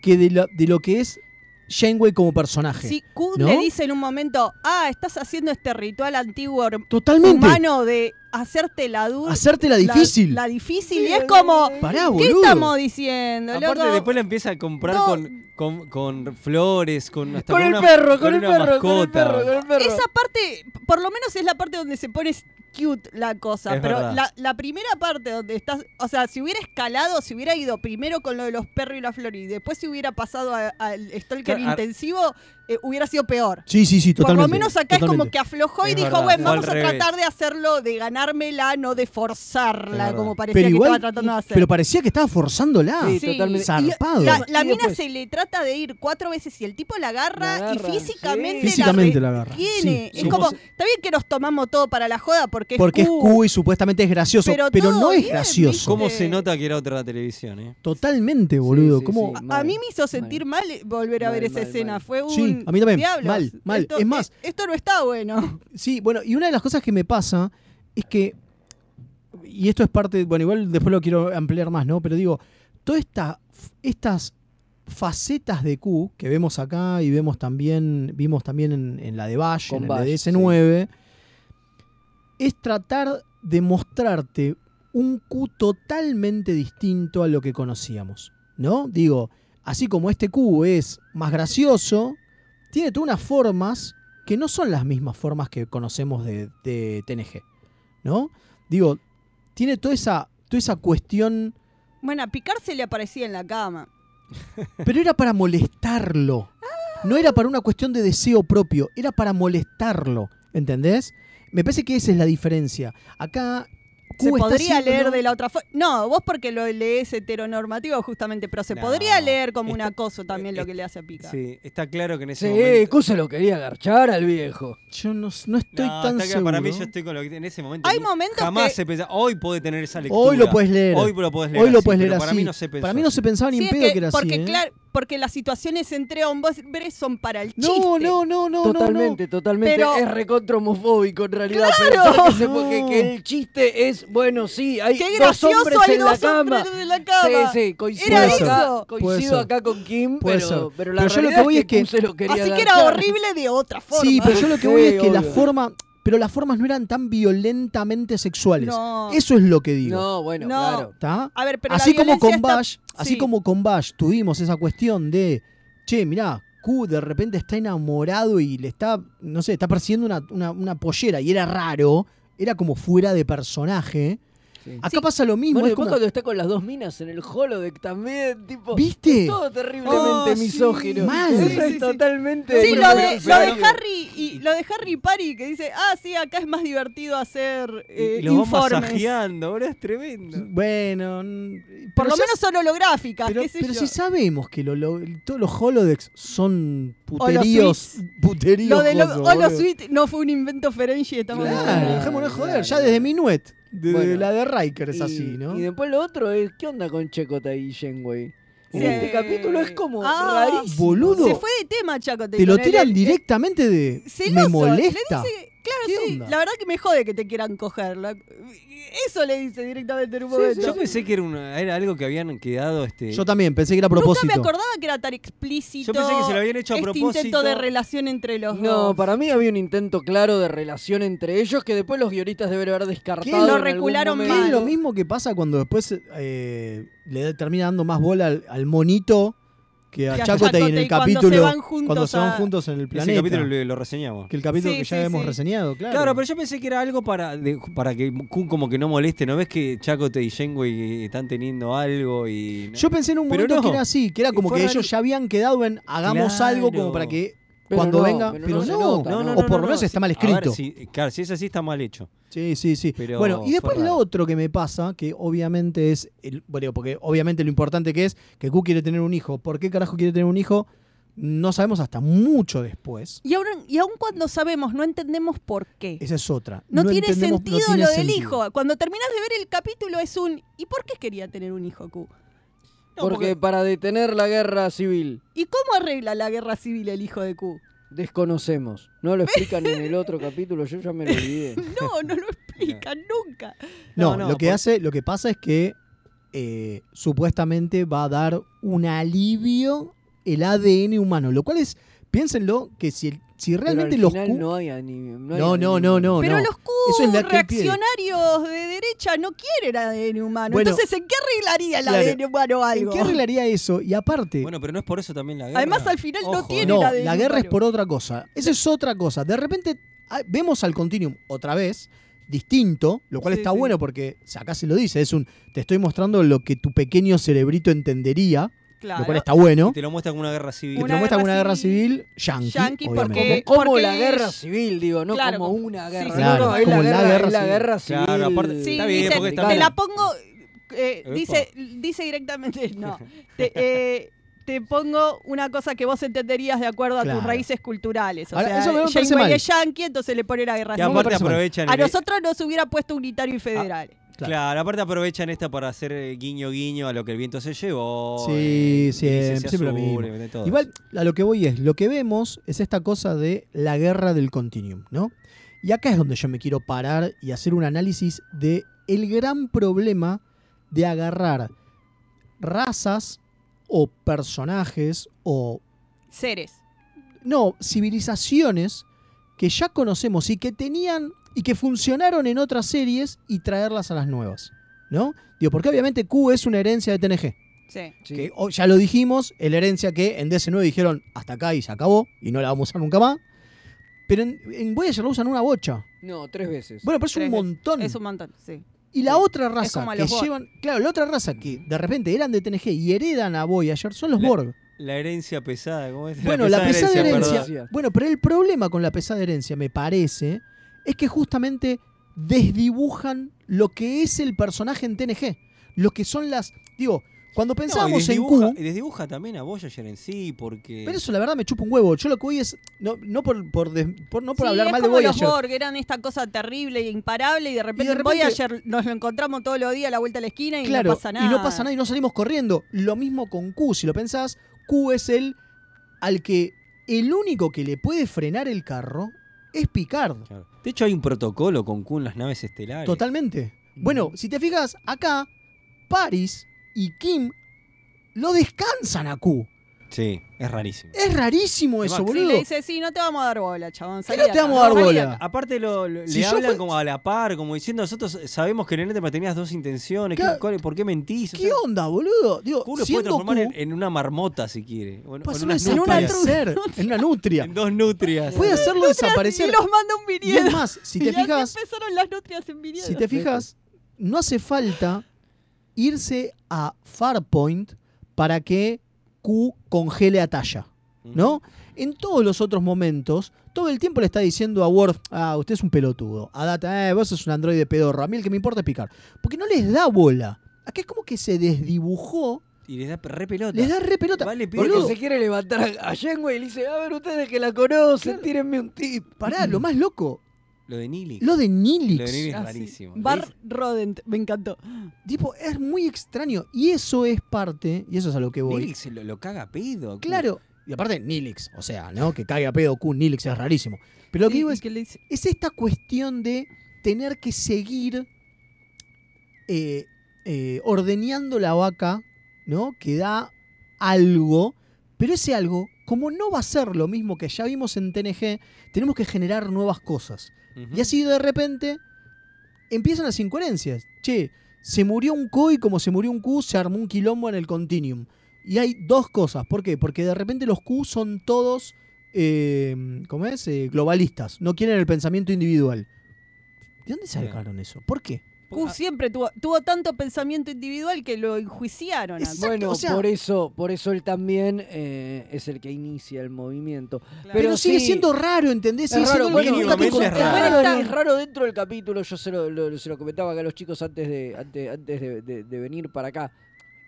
Speaker 5: que de lo, de lo que es Janeway como personaje.
Speaker 4: Si Q
Speaker 5: ¿No?
Speaker 4: le dice en un momento, ah, estás haciendo este ritual antiguo
Speaker 5: Totalmente.
Speaker 4: humano de hacerte la duda.
Speaker 5: Hacértela difícil.
Speaker 4: La, difícil, y es como.
Speaker 5: Pará,
Speaker 4: ¿Qué
Speaker 5: boludo.
Speaker 4: estamos diciendo,
Speaker 2: Aparte,
Speaker 4: loco?
Speaker 2: después la empieza a comprar
Speaker 4: No.
Speaker 2: con, con, con flores, con hasta
Speaker 1: Con el
Speaker 2: una-
Speaker 1: perro, con el
Speaker 2: una
Speaker 1: perro, con el
Speaker 2: mascota.
Speaker 1: perro, con el perro.
Speaker 4: Esa parte, por lo menos es la parte donde se pone cute la cosa.
Speaker 2: Es
Speaker 4: pero
Speaker 2: verdad.
Speaker 4: la, la primera parte donde estás. O sea, si hubiera escalado, si hubiera ido primero con lo de los perros y la flor y después se hubiera pasado a- al stalker
Speaker 2: Claro, ar-
Speaker 4: intensivo, eh, hubiera sido peor.
Speaker 5: Sí, sí, sí, totalmente.
Speaker 4: Por lo menos acá es como
Speaker 5: totalmente.
Speaker 4: que aflojó y
Speaker 2: Es
Speaker 4: dijo,
Speaker 2: verdad,
Speaker 4: bueno,
Speaker 2: fue al
Speaker 4: vamos a
Speaker 2: revés.
Speaker 4: tratar de hacerlo, de ganármela, no de
Speaker 2: Es
Speaker 4: forzarla,
Speaker 2: verdad.
Speaker 4: como parecía
Speaker 5: Pero
Speaker 4: que
Speaker 5: igual,
Speaker 4: estaba tratando de hacer.
Speaker 5: pero parecía que estaba forzándola.
Speaker 1: Sí,
Speaker 4: Sí.
Speaker 1: totalmente.
Speaker 5: Zarpado.
Speaker 1: Y-
Speaker 4: la la
Speaker 1: y
Speaker 4: mina
Speaker 1: después-
Speaker 4: se le trata de ir cuatro veces y el tipo la
Speaker 1: La
Speaker 4: agarra,
Speaker 1: agarra,
Speaker 4: y físicamente,
Speaker 1: sí.
Speaker 5: Físicamente
Speaker 4: la,
Speaker 5: la agarra,
Speaker 4: retiene.
Speaker 5: sí.
Speaker 4: es
Speaker 5: Somos-
Speaker 4: como, está bien que nos tomamos todo para la joda porque es
Speaker 5: porque es
Speaker 4: Q,
Speaker 5: Q y supuestamente es gracioso, pero,
Speaker 4: Pero todo
Speaker 5: no es
Speaker 4: bien,
Speaker 5: gracioso.
Speaker 2: ¿Cómo
Speaker 4: Este-
Speaker 2: se nota que era otra televisión, eh?
Speaker 5: Totalmente, boludo.
Speaker 1: sí,
Speaker 5: ¿Cómo?
Speaker 1: sí.
Speaker 4: A- A mí me hizo sentir mal, volver a
Speaker 1: Mal,
Speaker 4: ver esa
Speaker 1: mal,
Speaker 4: escena.
Speaker 1: mal.
Speaker 4: Fue un.
Speaker 5: Sí, a mí también.
Speaker 4: "Diablos,
Speaker 5: Mal, mal.
Speaker 4: Esto,
Speaker 5: Es más-
Speaker 4: e- Esto no está bueno.
Speaker 5: Sí, bueno, y una de las cosas que me pasa es que, y esto es parte, bueno, igual después lo quiero ampliar más, ¿no? Pero digo, todas esta, estas facetas de Q que vemos acá y vemos también, vimos también en, en la de Bash,
Speaker 1: Con
Speaker 5: en
Speaker 1: Bash,
Speaker 5: la de S9, es tratar de mostrarte un Q totalmente distinto a lo que conocíamos, ¿no? Digo, así como este Q es más gracioso, tiene todas unas formas que no son las mismas formas que conocemos de, de TNG, ¿no? Digo, tiene toda esa, toda esa cuestión,
Speaker 4: Bueno, a Picard se le aparecía en la cama.
Speaker 5: pero era para molestarlo. No era para una cuestión de deseo propio, era para molestarlo, ¿entendés? Me parece que esa es la diferencia. Acá...
Speaker 4: Se
Speaker 5: Q Uh, está
Speaker 4: podría
Speaker 5: haciéndolo-
Speaker 4: leer de la otra forma. No, vos porque lo lees heteronormativo justamente, pero se
Speaker 2: No,
Speaker 4: podría leer como un
Speaker 2: está-
Speaker 4: acoso también lo
Speaker 2: eh,
Speaker 4: que le hace a Picard.
Speaker 2: Sí, está claro que en ese
Speaker 1: Sí,
Speaker 2: momento.
Speaker 1: Q se lo quería agarchar al viejo.
Speaker 5: Yo no, no estoy
Speaker 2: No,
Speaker 5: tan
Speaker 2: está claro,
Speaker 5: seguro.
Speaker 2: Para mí, yo estoy con lo que en ese momento.
Speaker 4: Hay
Speaker 2: ni-
Speaker 4: momentos
Speaker 2: Jamás
Speaker 4: que-
Speaker 2: se pensaba. Hoy puede tener esa lectura.
Speaker 5: Hoy lo puedes leer.
Speaker 2: Hoy lo puedes leer.
Speaker 5: Hoy lo
Speaker 2: así,
Speaker 5: puedes
Speaker 2: pero
Speaker 5: leer
Speaker 2: Para
Speaker 5: así.
Speaker 2: mí no se pensó.
Speaker 5: Para mí no se pensaba ni
Speaker 4: Sí,
Speaker 5: en
Speaker 4: es
Speaker 5: pedo
Speaker 4: que-
Speaker 5: que era
Speaker 4: porque,
Speaker 5: así. ¿eh?
Speaker 4: claro, porque las situaciones entre hombres son para el chiste.
Speaker 5: no, no, no, no, no, no.
Speaker 1: totalmente, totalmente.
Speaker 4: Pero-
Speaker 1: Es recontra homofófico en realidad.
Speaker 4: ¡Claro!
Speaker 1: Pensar que, se- porque-
Speaker 5: No.
Speaker 1: que el chiste es, bueno, sí, hay
Speaker 4: ¡Qué
Speaker 1: dos
Speaker 4: gracioso!
Speaker 1: hombres
Speaker 4: hay
Speaker 1: en la
Speaker 4: dos
Speaker 1: cama.
Speaker 4: hombres en la cama.
Speaker 1: Sí, sí, coincido,
Speaker 4: Era
Speaker 1: acá,
Speaker 4: eso.
Speaker 1: coincido
Speaker 5: Puede ser.
Speaker 1: acá con Kim,
Speaker 5: Puede
Speaker 1: pero,
Speaker 5: ser.
Speaker 1: pero la
Speaker 5: Pero yo lo
Speaker 1: realidad
Speaker 5: que voy
Speaker 1: es
Speaker 5: es
Speaker 1: que,
Speaker 5: que-
Speaker 1: Q se lo quería
Speaker 4: Así que era
Speaker 1: agarchar.
Speaker 4: horrible de otra forma.
Speaker 5: Sí, pero yo lo que
Speaker 1: Sí,
Speaker 5: voy es que la
Speaker 1: obvio.
Speaker 5: forma, pero las formas no eran tan violentamente sexuales.
Speaker 4: No.
Speaker 5: Eso es lo que digo.
Speaker 1: No, bueno,
Speaker 4: No.
Speaker 1: claro.
Speaker 5: ¿tá?
Speaker 4: A ver, pero la
Speaker 5: Así como
Speaker 4: violencia
Speaker 5: con
Speaker 4: está-
Speaker 5: Bash, así
Speaker 4: sí.
Speaker 5: como con Bash tuvimos esa cuestión de, che, mirá, Q de repente está enamorado y le está, no sé, está persiguiendo una, una- una pollera y era raro, era como fuera de personaje. Acá pasa lo mismo.
Speaker 1: Bueno,
Speaker 5: es
Speaker 1: después
Speaker 5: como-
Speaker 1: cuando está con las dos minas en el holodeck también, tipo.
Speaker 5: ¿Viste?
Speaker 1: es Todo terriblemente
Speaker 5: Oh, sí.
Speaker 1: misógino.
Speaker 5: Mal.
Speaker 1: Eso
Speaker 5: Sí,
Speaker 1: es
Speaker 5: sí, sí.
Speaker 1: totalmente.
Speaker 4: Sí, lo de, lo de
Speaker 1: Pero-
Speaker 4: Harry y lo de Harry Pari que dice, ah, sí, acá es más divertido hacer eh,
Speaker 2: Y los van
Speaker 4: informes.
Speaker 2: masajeando, boludo, es tremendo.
Speaker 5: Bueno, n-
Speaker 4: Por
Speaker 5: pero
Speaker 4: lo
Speaker 5: ya-
Speaker 4: menos son holográficas,
Speaker 5: Pero,
Speaker 4: Ah, qué sé
Speaker 5: pero
Speaker 4: yo.
Speaker 5: si sabemos que lo- lo- todos los holodecks son
Speaker 4: O los
Speaker 5: puteríos. puteríos
Speaker 4: Lo de lo,
Speaker 5: coso,
Speaker 4: Holo
Speaker 5: boludo.
Speaker 4: Suite no fue un invento Ferengi, estamos
Speaker 5: Claro, dejémonos de joder, ya desde Minuet, de
Speaker 1: Bueno.
Speaker 5: la de Riker es
Speaker 1: y-
Speaker 5: así, ¿no?
Speaker 1: Y después lo otro es, ¿qué onda con Checota y Shenway?
Speaker 5: Uh,
Speaker 1: En
Speaker 4: Sí.
Speaker 1: este capítulo es como
Speaker 4: Ah,
Speaker 1: rarísimo.
Speaker 5: Boludo,
Speaker 4: Se fue de tema, Chaco.
Speaker 5: te lo
Speaker 4: con el-
Speaker 5: tiran directamente de.
Speaker 4: Eh, celoso,
Speaker 5: me molesta.
Speaker 4: Le dice, claro, sí, la verdad que me jode que te quieran coger. la- eso le dice directamente en un momento.
Speaker 2: Yo pensé que era, una- era algo que habían quedado. Este,
Speaker 5: Yo también pensé que era a
Speaker 4: Nunca me
Speaker 5: propósito.
Speaker 4: acordaba que era tan explícito.
Speaker 2: Yo pensé que se lo habían hecho a
Speaker 4: este
Speaker 2: propósito.
Speaker 4: intento de relación entre los
Speaker 1: No,
Speaker 4: dos.
Speaker 1: para mí había un intento claro de relación entre ellos que después los guionistas deben haber descartado.
Speaker 4: Que lo
Speaker 1: en algún
Speaker 4: recularon
Speaker 1: momento.
Speaker 5: ¿Qué es lo mismo que pasa cuando después eh, le da- termina dando más bola al, al monito que a
Speaker 4: Que a
Speaker 5: Chacota y
Speaker 4: Chakotay
Speaker 5: en el
Speaker 4: cuando se
Speaker 5: capítulo
Speaker 4: van juntos
Speaker 5: cuando se van
Speaker 4: a-
Speaker 5: juntos en el
Speaker 2: Ese
Speaker 5: planeta?
Speaker 2: capítulo lo, lo reseñamos.
Speaker 5: Que el capítulo
Speaker 4: Sí,
Speaker 5: que ya
Speaker 4: sí,
Speaker 5: hemos
Speaker 4: sí.
Speaker 5: reseñado, claro.
Speaker 2: Claro. pero yo pensé que era algo para, de- para que Kun como que no moleste. ¿No ves que Chacote y Shenwei eh, están teniendo algo? y no?
Speaker 5: Yo pensé en un
Speaker 2: Pero
Speaker 5: momento
Speaker 2: no.
Speaker 5: que era así, que era como
Speaker 2: Fue
Speaker 5: que
Speaker 2: raro.
Speaker 5: ellos ya habían quedado en hagamos
Speaker 2: Claro.
Speaker 5: algo como para que
Speaker 1: Pero
Speaker 5: cuando
Speaker 1: no,
Speaker 5: venga.
Speaker 1: pero
Speaker 5: Pero,
Speaker 1: no
Speaker 5: no,
Speaker 1: se nota,
Speaker 5: no,
Speaker 1: ¿no?
Speaker 5: o por lo
Speaker 1: No,
Speaker 5: menos
Speaker 1: no,
Speaker 5: está mal
Speaker 2: A ver,
Speaker 5: escrito.
Speaker 2: si- claro, si es así está mal hecho.
Speaker 5: Sí, sí, sí.
Speaker 2: Pero
Speaker 5: bueno, y
Speaker 2: fue
Speaker 5: después lo
Speaker 2: raro.
Speaker 5: otro que me pasa, que obviamente es, el- bueno, porque obviamente lo importante que es que Q quiere tener un hijo. ¿Por qué carajo quiere tener un hijo? No sabemos hasta mucho después.
Speaker 4: Y, aún, y aún cuando sabemos, no entendemos por qué.
Speaker 5: Esa es otra.
Speaker 4: No, tiene
Speaker 5: entendemos- no
Speaker 4: sentido
Speaker 5: tiene
Speaker 4: lo del
Speaker 5: sentido.
Speaker 4: hijo. Cuando terminas de ver el capítulo es un ¿y por qué quería tener un hijo Q?
Speaker 1: porque, para detener la guerra civil
Speaker 4: ¿Y cómo arregla la guerra civil el hijo de Q?
Speaker 1: desconocemos. No lo explican en el otro capítulo, yo ya me lo olvidé.
Speaker 4: No, no lo explica nunca.
Speaker 5: No,
Speaker 2: No, no,
Speaker 5: lo que
Speaker 2: por-
Speaker 5: hace, lo que pasa es que eh, supuestamente va a dar un alivio el ADN humano, lo cual es, piénsenlo, que si, el- si
Speaker 1: Pero al
Speaker 5: realmente los
Speaker 1: final
Speaker 5: Q-
Speaker 1: no hay anime. No, hay
Speaker 5: No, no,
Speaker 1: anime.
Speaker 5: no, no,
Speaker 4: Pero
Speaker 5: no.
Speaker 4: los Q
Speaker 5: Eso es la que pide.
Speaker 4: reaccionarios de derecha no quieren ADN humano.
Speaker 5: Bueno,
Speaker 4: Entonces, ¿en qué arreglaría el
Speaker 5: claro.
Speaker 4: ADN humano
Speaker 5: ¿En
Speaker 4: algo?
Speaker 5: qué arreglaría eso? Y aparte,
Speaker 2: Bueno, pero no es por eso también la guerra.
Speaker 4: Además, al final no
Speaker 2: Ojo,
Speaker 4: tiene
Speaker 5: no,
Speaker 4: ADN
Speaker 5: la guerra es
Speaker 4: humano.
Speaker 5: por otra cosa. Esa es otra cosa. De repente ah, vemos al continuum otra vez, distinto, lo cual
Speaker 4: Sí,
Speaker 5: está
Speaker 4: sí.
Speaker 5: bueno porque o sea, acá se lo dice, es un, te estoy mostrando lo que tu pequeño cerebrito entendería,
Speaker 4: Claro.
Speaker 5: lo cual está bueno.
Speaker 2: Y te lo muestra como una guerra
Speaker 5: Y
Speaker 2: civil.
Speaker 5: te
Speaker 4: Una
Speaker 5: lo muestra como una
Speaker 4: guerra
Speaker 5: guerra civil yankee.
Speaker 4: Yankee,
Speaker 5: obviamente.
Speaker 4: porque-
Speaker 1: Como la
Speaker 4: es-
Speaker 1: guerra civil, digo, no
Speaker 4: Claro,
Speaker 1: como
Speaker 4: como-
Speaker 1: una
Speaker 4: sí,
Speaker 1: guerra.
Speaker 4: sí,
Speaker 1: No,
Speaker 5: Claro,
Speaker 1: no, es la
Speaker 5: como
Speaker 1: guerra, es la guerra civil.
Speaker 2: Claro, aparte-
Speaker 4: Sí,
Speaker 2: Está bien,
Speaker 4: dice,
Speaker 2: porque está
Speaker 4: te
Speaker 2: bien.
Speaker 4: la pongo. eh,
Speaker 2: Epa.
Speaker 4: dice, dice directamente, no. Te, eh, te pongo una cosa que vos entenderías de acuerdo a tus
Speaker 5: Claro.
Speaker 4: raíces culturales. O
Speaker 5: Ahora,
Speaker 4: sea,
Speaker 5: eso me parece
Speaker 4: Janeway
Speaker 5: mal.
Speaker 4: es yankee, entonces le pone la guerra
Speaker 2: Y
Speaker 4: civil.
Speaker 2: aparte
Speaker 5: parece mal.
Speaker 2: aprovechan.
Speaker 4: A
Speaker 2: el-
Speaker 4: nosotros nos hubiera puesto
Speaker 5: Ah.
Speaker 4: unitario y federal.
Speaker 2: Claro. aparte aprovechan esta para hacer eh, guiño guiño a lo que el viento se llevó.
Speaker 5: Sí,
Speaker 2: eh,
Speaker 5: siempre,
Speaker 2: licencia
Speaker 5: siempre lo
Speaker 2: azul,
Speaker 5: mismo.
Speaker 2: y meten todo
Speaker 5: Igual, a lo que voy es, lo que vemos es esta cosa de la guerra del continuum, ¿no? Y acá es donde yo me quiero parar y hacer un análisis de el gran problema de agarrar razas o personajes o,
Speaker 4: Seres.
Speaker 5: no, civilizaciones que ya conocemos y que tenían y que funcionaron en otras series y traerlas a las nuevas, ¿no? Digo, porque obviamente Q es una herencia de TNG.
Speaker 4: Sí.
Speaker 1: Sí.
Speaker 5: Que, oh, ya lo dijimos, es la herencia que en DC9 dijeron hasta acá y se acabó y no la vamos a usar nunca más. Pero en, en Voyager lo usan una bocha.
Speaker 1: No, tres veces.
Speaker 5: Bueno, pero es un
Speaker 4: Tres veces.
Speaker 5: montón.
Speaker 4: Es un montón, sí.
Speaker 5: Y la otra raza
Speaker 4: como a
Speaker 5: que
Speaker 4: los Borg.
Speaker 5: llevan. Claro, la otra raza que de repente eran de TNG y heredan a Voyager son los
Speaker 2: La-
Speaker 5: Borg.
Speaker 2: La herencia pesada, ¿cómo es?
Speaker 5: Bueno, la pesada herencia.
Speaker 2: perdón.
Speaker 1: perdón.
Speaker 5: Bueno, pero el problema con la pesada herencia, me parece, es que justamente desdibujan lo que es el personaje en TNG. Lo que son las. Digo, cuando
Speaker 2: No, y
Speaker 5: pensábamos en
Speaker 2: desdibuja-
Speaker 5: Q.
Speaker 2: Y desdibuja también a Voyager en sí, porque.
Speaker 5: Pero eso la verdad me chupa un huevo. Yo lo que voy es. No, no por, por des- por- no por
Speaker 4: Sí,
Speaker 5: hablar
Speaker 4: es
Speaker 5: mal de
Speaker 4: como los
Speaker 5: Voyager.
Speaker 4: Borg, eran esta cosa terrible e imparable y de repente, en
Speaker 5: repente-
Speaker 4: Voyager nos lo encontramos todos los días a la vuelta a la esquina y
Speaker 5: claro,
Speaker 4: no pasa nada.
Speaker 5: y no pasa nada y no salimos corriendo. Lo mismo con Q. Si lo pensás, Q es el al que el único que le puede frenar el carro es Picard.
Speaker 2: Claro. De hecho, hay un protocolo con Q en las naves estelares.
Speaker 5: Totalmente.
Speaker 2: Mm.
Speaker 5: Bueno, si te fijas, acá Paris y Kim lo descansan a Q.
Speaker 2: Sí, es rarísimo.
Speaker 5: Es rarísimo eso,
Speaker 4: Sí,
Speaker 5: boludo.
Speaker 4: le dice, sí, no te vamos a dar bola, chabón.
Speaker 5: ¿Qué
Speaker 4: salí
Speaker 5: no
Speaker 4: de
Speaker 5: te
Speaker 4: acá".
Speaker 5: vamos a dar
Speaker 4: Salí de
Speaker 5: bola?
Speaker 4: acá.
Speaker 2: Aparte lo, lo-
Speaker 5: Si
Speaker 2: le
Speaker 5: yo
Speaker 2: hablan
Speaker 5: fue-
Speaker 2: como a la par, como diciendo nosotros sabemos que en el tema tenías dos intenciones, ¿qué-
Speaker 5: Claro.
Speaker 2: cuál- ¿por qué mentís? O
Speaker 5: ¿Qué
Speaker 2: sea,
Speaker 5: onda, boludo? Digo,
Speaker 2: Goku lo puede
Speaker 5: siendo
Speaker 2: transformar en,
Speaker 5: Goku,
Speaker 2: en una marmota si quiere. o en- o
Speaker 5: puede
Speaker 2: en,
Speaker 5: hacerlo
Speaker 2: unas nutrias.
Speaker 5: desaparecer. en una nutria.
Speaker 2: En dos nutrias.
Speaker 5: Puede hacerlo desaparecer.
Speaker 4: Y los manda un
Speaker 5: Y
Speaker 4: viniedo.
Speaker 5: es más, si te
Speaker 4: Y así
Speaker 5: fijas,
Speaker 4: empezaron las nutrias en viniedo.
Speaker 5: si te fijas, no hace falta irse a Farpoint para que Q congele a Talla, ¿no? En todos los otros momentos, todo el tiempo le está diciendo a Worf, ah, usted es un pelotudo, a Data, eh, vos sos un androide pedorro, a mí el que me importa es picar. Porque no les da bola. Acá es como que se desdibujó,
Speaker 2: Y les da re pelota.
Speaker 5: les da re pelota.
Speaker 2: Vale, pide
Speaker 1: Porque
Speaker 2: que-
Speaker 1: se quiere levantar a, a Janeway y le dice, a ver, ustedes que la conocen, tírenme un tip.
Speaker 5: Pará, lo más loco,
Speaker 2: Lo de Nili.
Speaker 5: lo de Nilix.
Speaker 2: Lo de Nili es
Speaker 4: Ah, sí.
Speaker 2: rarísimo.
Speaker 4: Bar Rodent, me encantó.
Speaker 5: Tipo, es muy extraño. Y eso es parte, y eso es a lo que voy.
Speaker 2: Nili se lo, lo caga a pedo.
Speaker 5: Claro. Y aparte, Nilix, o sea, ¿no? Que caiga pedo Q, Nilix es rarísimo. Pero lo que
Speaker 4: Y-
Speaker 5: digo
Speaker 4: y
Speaker 5: es,
Speaker 4: que le dice,
Speaker 5: es esta cuestión de tener que seguir eh, eh, ordeñando la vaca, ¿no? Que da algo, pero ese algo, como no va a ser lo mismo que ya vimos en TNG, tenemos que generar nuevas cosas.
Speaker 2: Ujú.
Speaker 5: Y así de repente empiezan las incoherencias. Che, se murió un Q y como se murió un Q se armó un quilombo en el continuum. Y hay dos cosas. ¿Por qué? Porque de repente los Q son todos, eh, ¿cómo es? Eh, globalistas. No quieren el pensamiento individual. ¿De dónde sacaron eso? ¿Por qué?
Speaker 4: Q siempre tuvo, tuvo tanto pensamiento individual que lo enjuiciaron. al-
Speaker 5: Exacto,
Speaker 1: Bueno,
Speaker 5: o sea-
Speaker 1: por eso, por eso él también eh, es el que inicia el movimiento. Pero,
Speaker 5: Pero, sigue
Speaker 1: sí,
Speaker 5: siendo raro,
Speaker 1: Es
Speaker 5: ¿entendés? Sigue
Speaker 1: raro,
Speaker 5: siendo el que
Speaker 1: bueno,
Speaker 5: nunca te
Speaker 2: igualmente es
Speaker 1: Igual
Speaker 5: encontraron.
Speaker 1: está- es raro dentro del capítulo, yo se lo, lo- se lo comentaba acá a los chicos antes de, antes, antes de, de- de venir para acá.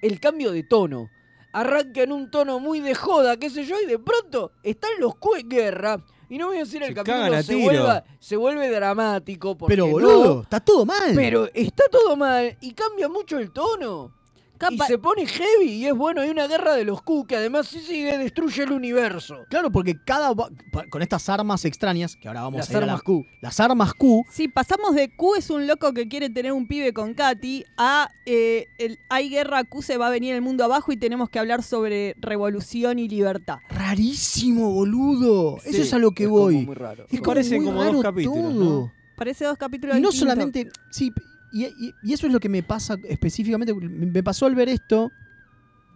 Speaker 1: El cambio de tono. Arranca en un tono muy de joda, qué sé yo, y de pronto están los Q en guerra. Y no voy a decir el
Speaker 2: Se cagan
Speaker 1: capítulo
Speaker 2: a
Speaker 1: se,
Speaker 2: tiro.
Speaker 1: vuelva- se vuelve dramático. Porque
Speaker 5: Pero
Speaker 1: no,
Speaker 5: boludo, está todo mal.
Speaker 1: pero está todo mal y cambia mucho el tono.
Speaker 4: Capa-
Speaker 1: Y se pone heavy y es bueno, hay una guerra de los Q que además sí sigue, destruye el universo.
Speaker 5: Claro, porque cada va- pa- con estas armas extrañas, que ahora vamos
Speaker 1: Las
Speaker 5: a ir a la-
Speaker 1: armas Q.
Speaker 5: las armas Q,
Speaker 4: Sí, pasamos de Q es un loco que quiere tener un pibe con Katy a eh, el, hay guerra, Q se va a venir el mundo abajo y tenemos que hablar sobre revolución y libertad.
Speaker 5: Rarísimo, boludo. Eso es a lo que
Speaker 1: es como
Speaker 5: voy.
Speaker 1: muy raro.
Speaker 5: Es
Speaker 2: Parecen
Speaker 5: muy
Speaker 2: como dos
Speaker 5: raro
Speaker 2: capítulos,
Speaker 5: todo.
Speaker 2: ¿no?
Speaker 4: Parece dos capítulos
Speaker 5: Y no
Speaker 4: distintos.
Speaker 5: solamente. Sí, y, y- y eso es lo que me pasa específicamente. Me me pasó al ver esto.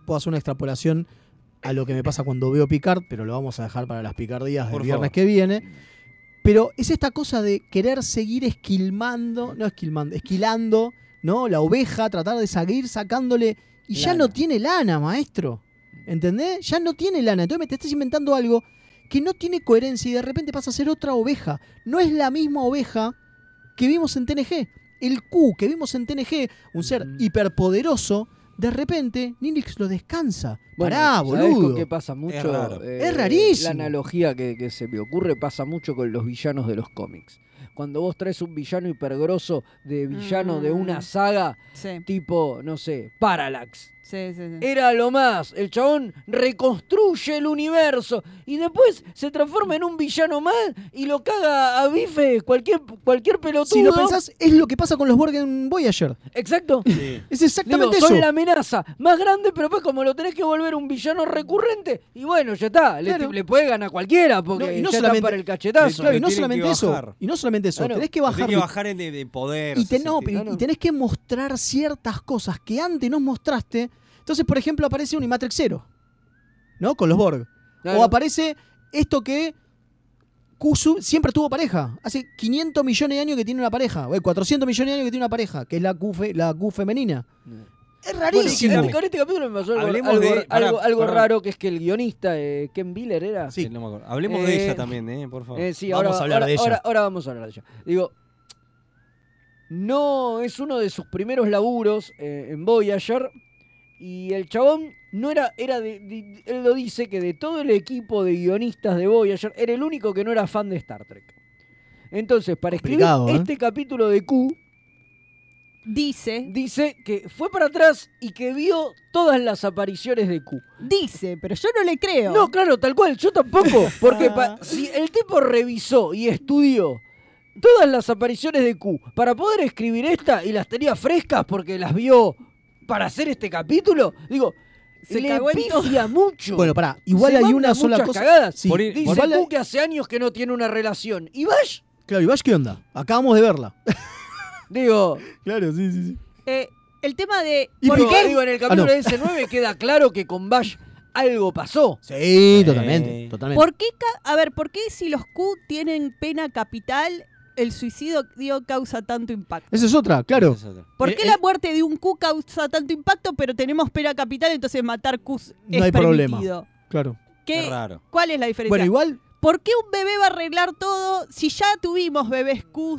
Speaker 5: Puedo hacer una extrapolación a lo que me pasa cuando veo Picard, pero lo vamos a dejar para las Picardías del
Speaker 2: Por
Speaker 5: viernes
Speaker 2: favor.
Speaker 5: que viene. Pero es esta cosa de querer seguir esquilmando, no esquilmando, esquilando, ¿no? La oveja, tratar de seguir sacándole. Y ya
Speaker 1: Lana.
Speaker 5: no tiene lana, maestro. ¿Entendés? Ya no tiene lana. Entonces me te estás inventando algo que no tiene coherencia y de repente pasa a ser otra oveja. No es la misma oveja que vimos en TNG. El Q que vimos en TNG, un ser
Speaker 1: Mm.
Speaker 5: hiperpoderoso, de repente Nilix lo descansa.
Speaker 1: Bueno,
Speaker 5: Pará,
Speaker 1: ¿sabés con
Speaker 5: boludo.
Speaker 1: qué pasa mucho? Eh,
Speaker 2: raro.
Speaker 5: Es rarísimo.
Speaker 1: La analogía que, que se me ocurre pasa mucho con los villanos de los cómics. Cuando vos traes un villano hipergroso de villano de una
Speaker 4: Mm.
Speaker 1: saga,
Speaker 4: Sí,
Speaker 1: tipo, no sé, Parallax.
Speaker 4: sí, sí. sí.
Speaker 5: Eh,
Speaker 1: Era lo más. El chabón reconstruye el universo y después se transforma en un villano más y lo caga a bife cualquier, cualquier pelotudo.
Speaker 5: Si lo pensás, es lo que pasa con los Borg en Voyager.
Speaker 1: Exacto.
Speaker 5: Es
Speaker 1: Digo,
Speaker 5: exactamente eso.
Speaker 1: son la amenaza más grande, pero pues como lo tenés que volver un villano recurrente, y bueno, ya está, le-
Speaker 5: Claro.
Speaker 1: le, puede ganar cualquiera, porque
Speaker 5: No, y no
Speaker 1: ya está
Speaker 5: solamente-
Speaker 1: para el cachetazo.
Speaker 5: Claro, y
Speaker 2: Lo tienen
Speaker 5: no
Speaker 2: que
Speaker 5: solamente eso.
Speaker 2: bajar.
Speaker 5: Y no solamente eso.
Speaker 1: Claro.
Speaker 5: Tenés que
Speaker 2: Lo tiene
Speaker 5: bajar
Speaker 2: que bajar en de, de poder.
Speaker 5: y, te-
Speaker 2: se
Speaker 5: no,
Speaker 1: sentido.
Speaker 2: siente-
Speaker 5: pero-
Speaker 1: No,
Speaker 5: y
Speaker 1: no.
Speaker 5: tenés que mostrar ciertas cosas que antes no mostraste. Entonces, por ejemplo, aparece un Imatrix 0, ¿no? Con los Borg.
Speaker 1: Claro.
Speaker 5: O aparece esto que Kusu siempre tuvo pareja. Hace 500 millones de años que tiene una pareja. O 400 millones de años que tiene una pareja, que es la Q, fe- la Q femenina. Mm. Es
Speaker 1: Bueno, y
Speaker 5: rarísimo.
Speaker 1: que con este capítulo me pasó algo,
Speaker 2: Hablemos
Speaker 1: algo-
Speaker 2: de-
Speaker 1: algo-
Speaker 2: pará,
Speaker 1: algo
Speaker 2: pará.
Speaker 1: raro, que es que el guionista, eh, Ken Biller era.
Speaker 2: Sí, no me acuerdo. Hablemos
Speaker 1: Eh,
Speaker 2: de ella también, eh, por favor.
Speaker 1: Eh, sí,
Speaker 5: Vamos
Speaker 1: ahora,
Speaker 5: a hablar
Speaker 1: ahora-
Speaker 5: de ella.
Speaker 1: ahora- ahora vamos a hablar de ella. Digo, no es uno de sus primeros laburos eh, en Voyager. Y el chabón no era, era de- de- él lo dice que de todo el equipo de guionistas de Voyager era el único que no era fan de Star Trek. Entonces, para escribir
Speaker 5: Complicado, ¿eh?
Speaker 1: este capítulo de Q,
Speaker 4: Dice,
Speaker 1: dice que fue para atrás y que vio todas las apariciones de Q.
Speaker 4: dice, pero yo no le creo.
Speaker 1: No, claro, tal cual, yo tampoco. Porque
Speaker 4: Ah.
Speaker 1: pa- si el tipo revisó y estudió todas las apariciones de Q para poder escribir esta y las tenía frescas porque las vio para hacer este capítulo, digo,
Speaker 4: Se
Speaker 1: le
Speaker 4: cagó en
Speaker 1: pifia mucho.
Speaker 5: Bueno, pará, igual
Speaker 1: Se
Speaker 5: hay
Speaker 1: manda
Speaker 5: una sola
Speaker 1: muchas
Speaker 5: cosa-
Speaker 1: Cagadas.
Speaker 5: Sí, Por ir-
Speaker 1: Dice
Speaker 5: por-
Speaker 1: Q que hace años que no tiene una relación. ¿Y Bash?
Speaker 5: Claro, ¿y Bash qué onda? Acabamos de verla.
Speaker 1: Digo.
Speaker 5: Claro, sí, sí, sí.
Speaker 4: Eh, el tema de.
Speaker 1: ¿Y
Speaker 4: ¿Por
Speaker 1: digo,
Speaker 4: qué?
Speaker 1: digo, en el capítulo
Speaker 5: Ah, no.
Speaker 1: de S9 queda claro que con Bash algo pasó.
Speaker 5: Sí, totalmente, totalmente.
Speaker 4: ¿Por qué, ca- a ver, ¿por qué si los Q tienen pena capital, el suicidio causa tanto impacto?
Speaker 5: Esa es otra, claro. Eh,
Speaker 4: ¿Por qué la muerte de un Q causa tanto impacto, pero tenemos pena capital, entonces matar Q es
Speaker 5: No hay problema.
Speaker 4: permitido?
Speaker 5: Claro.
Speaker 4: ¿Qué-
Speaker 5: Es raro.
Speaker 4: ¿Cuál es la diferencia?
Speaker 5: Bueno, igual-
Speaker 4: ¿Por qué un bebé va a arreglar todo si ya tuvimos bebés Q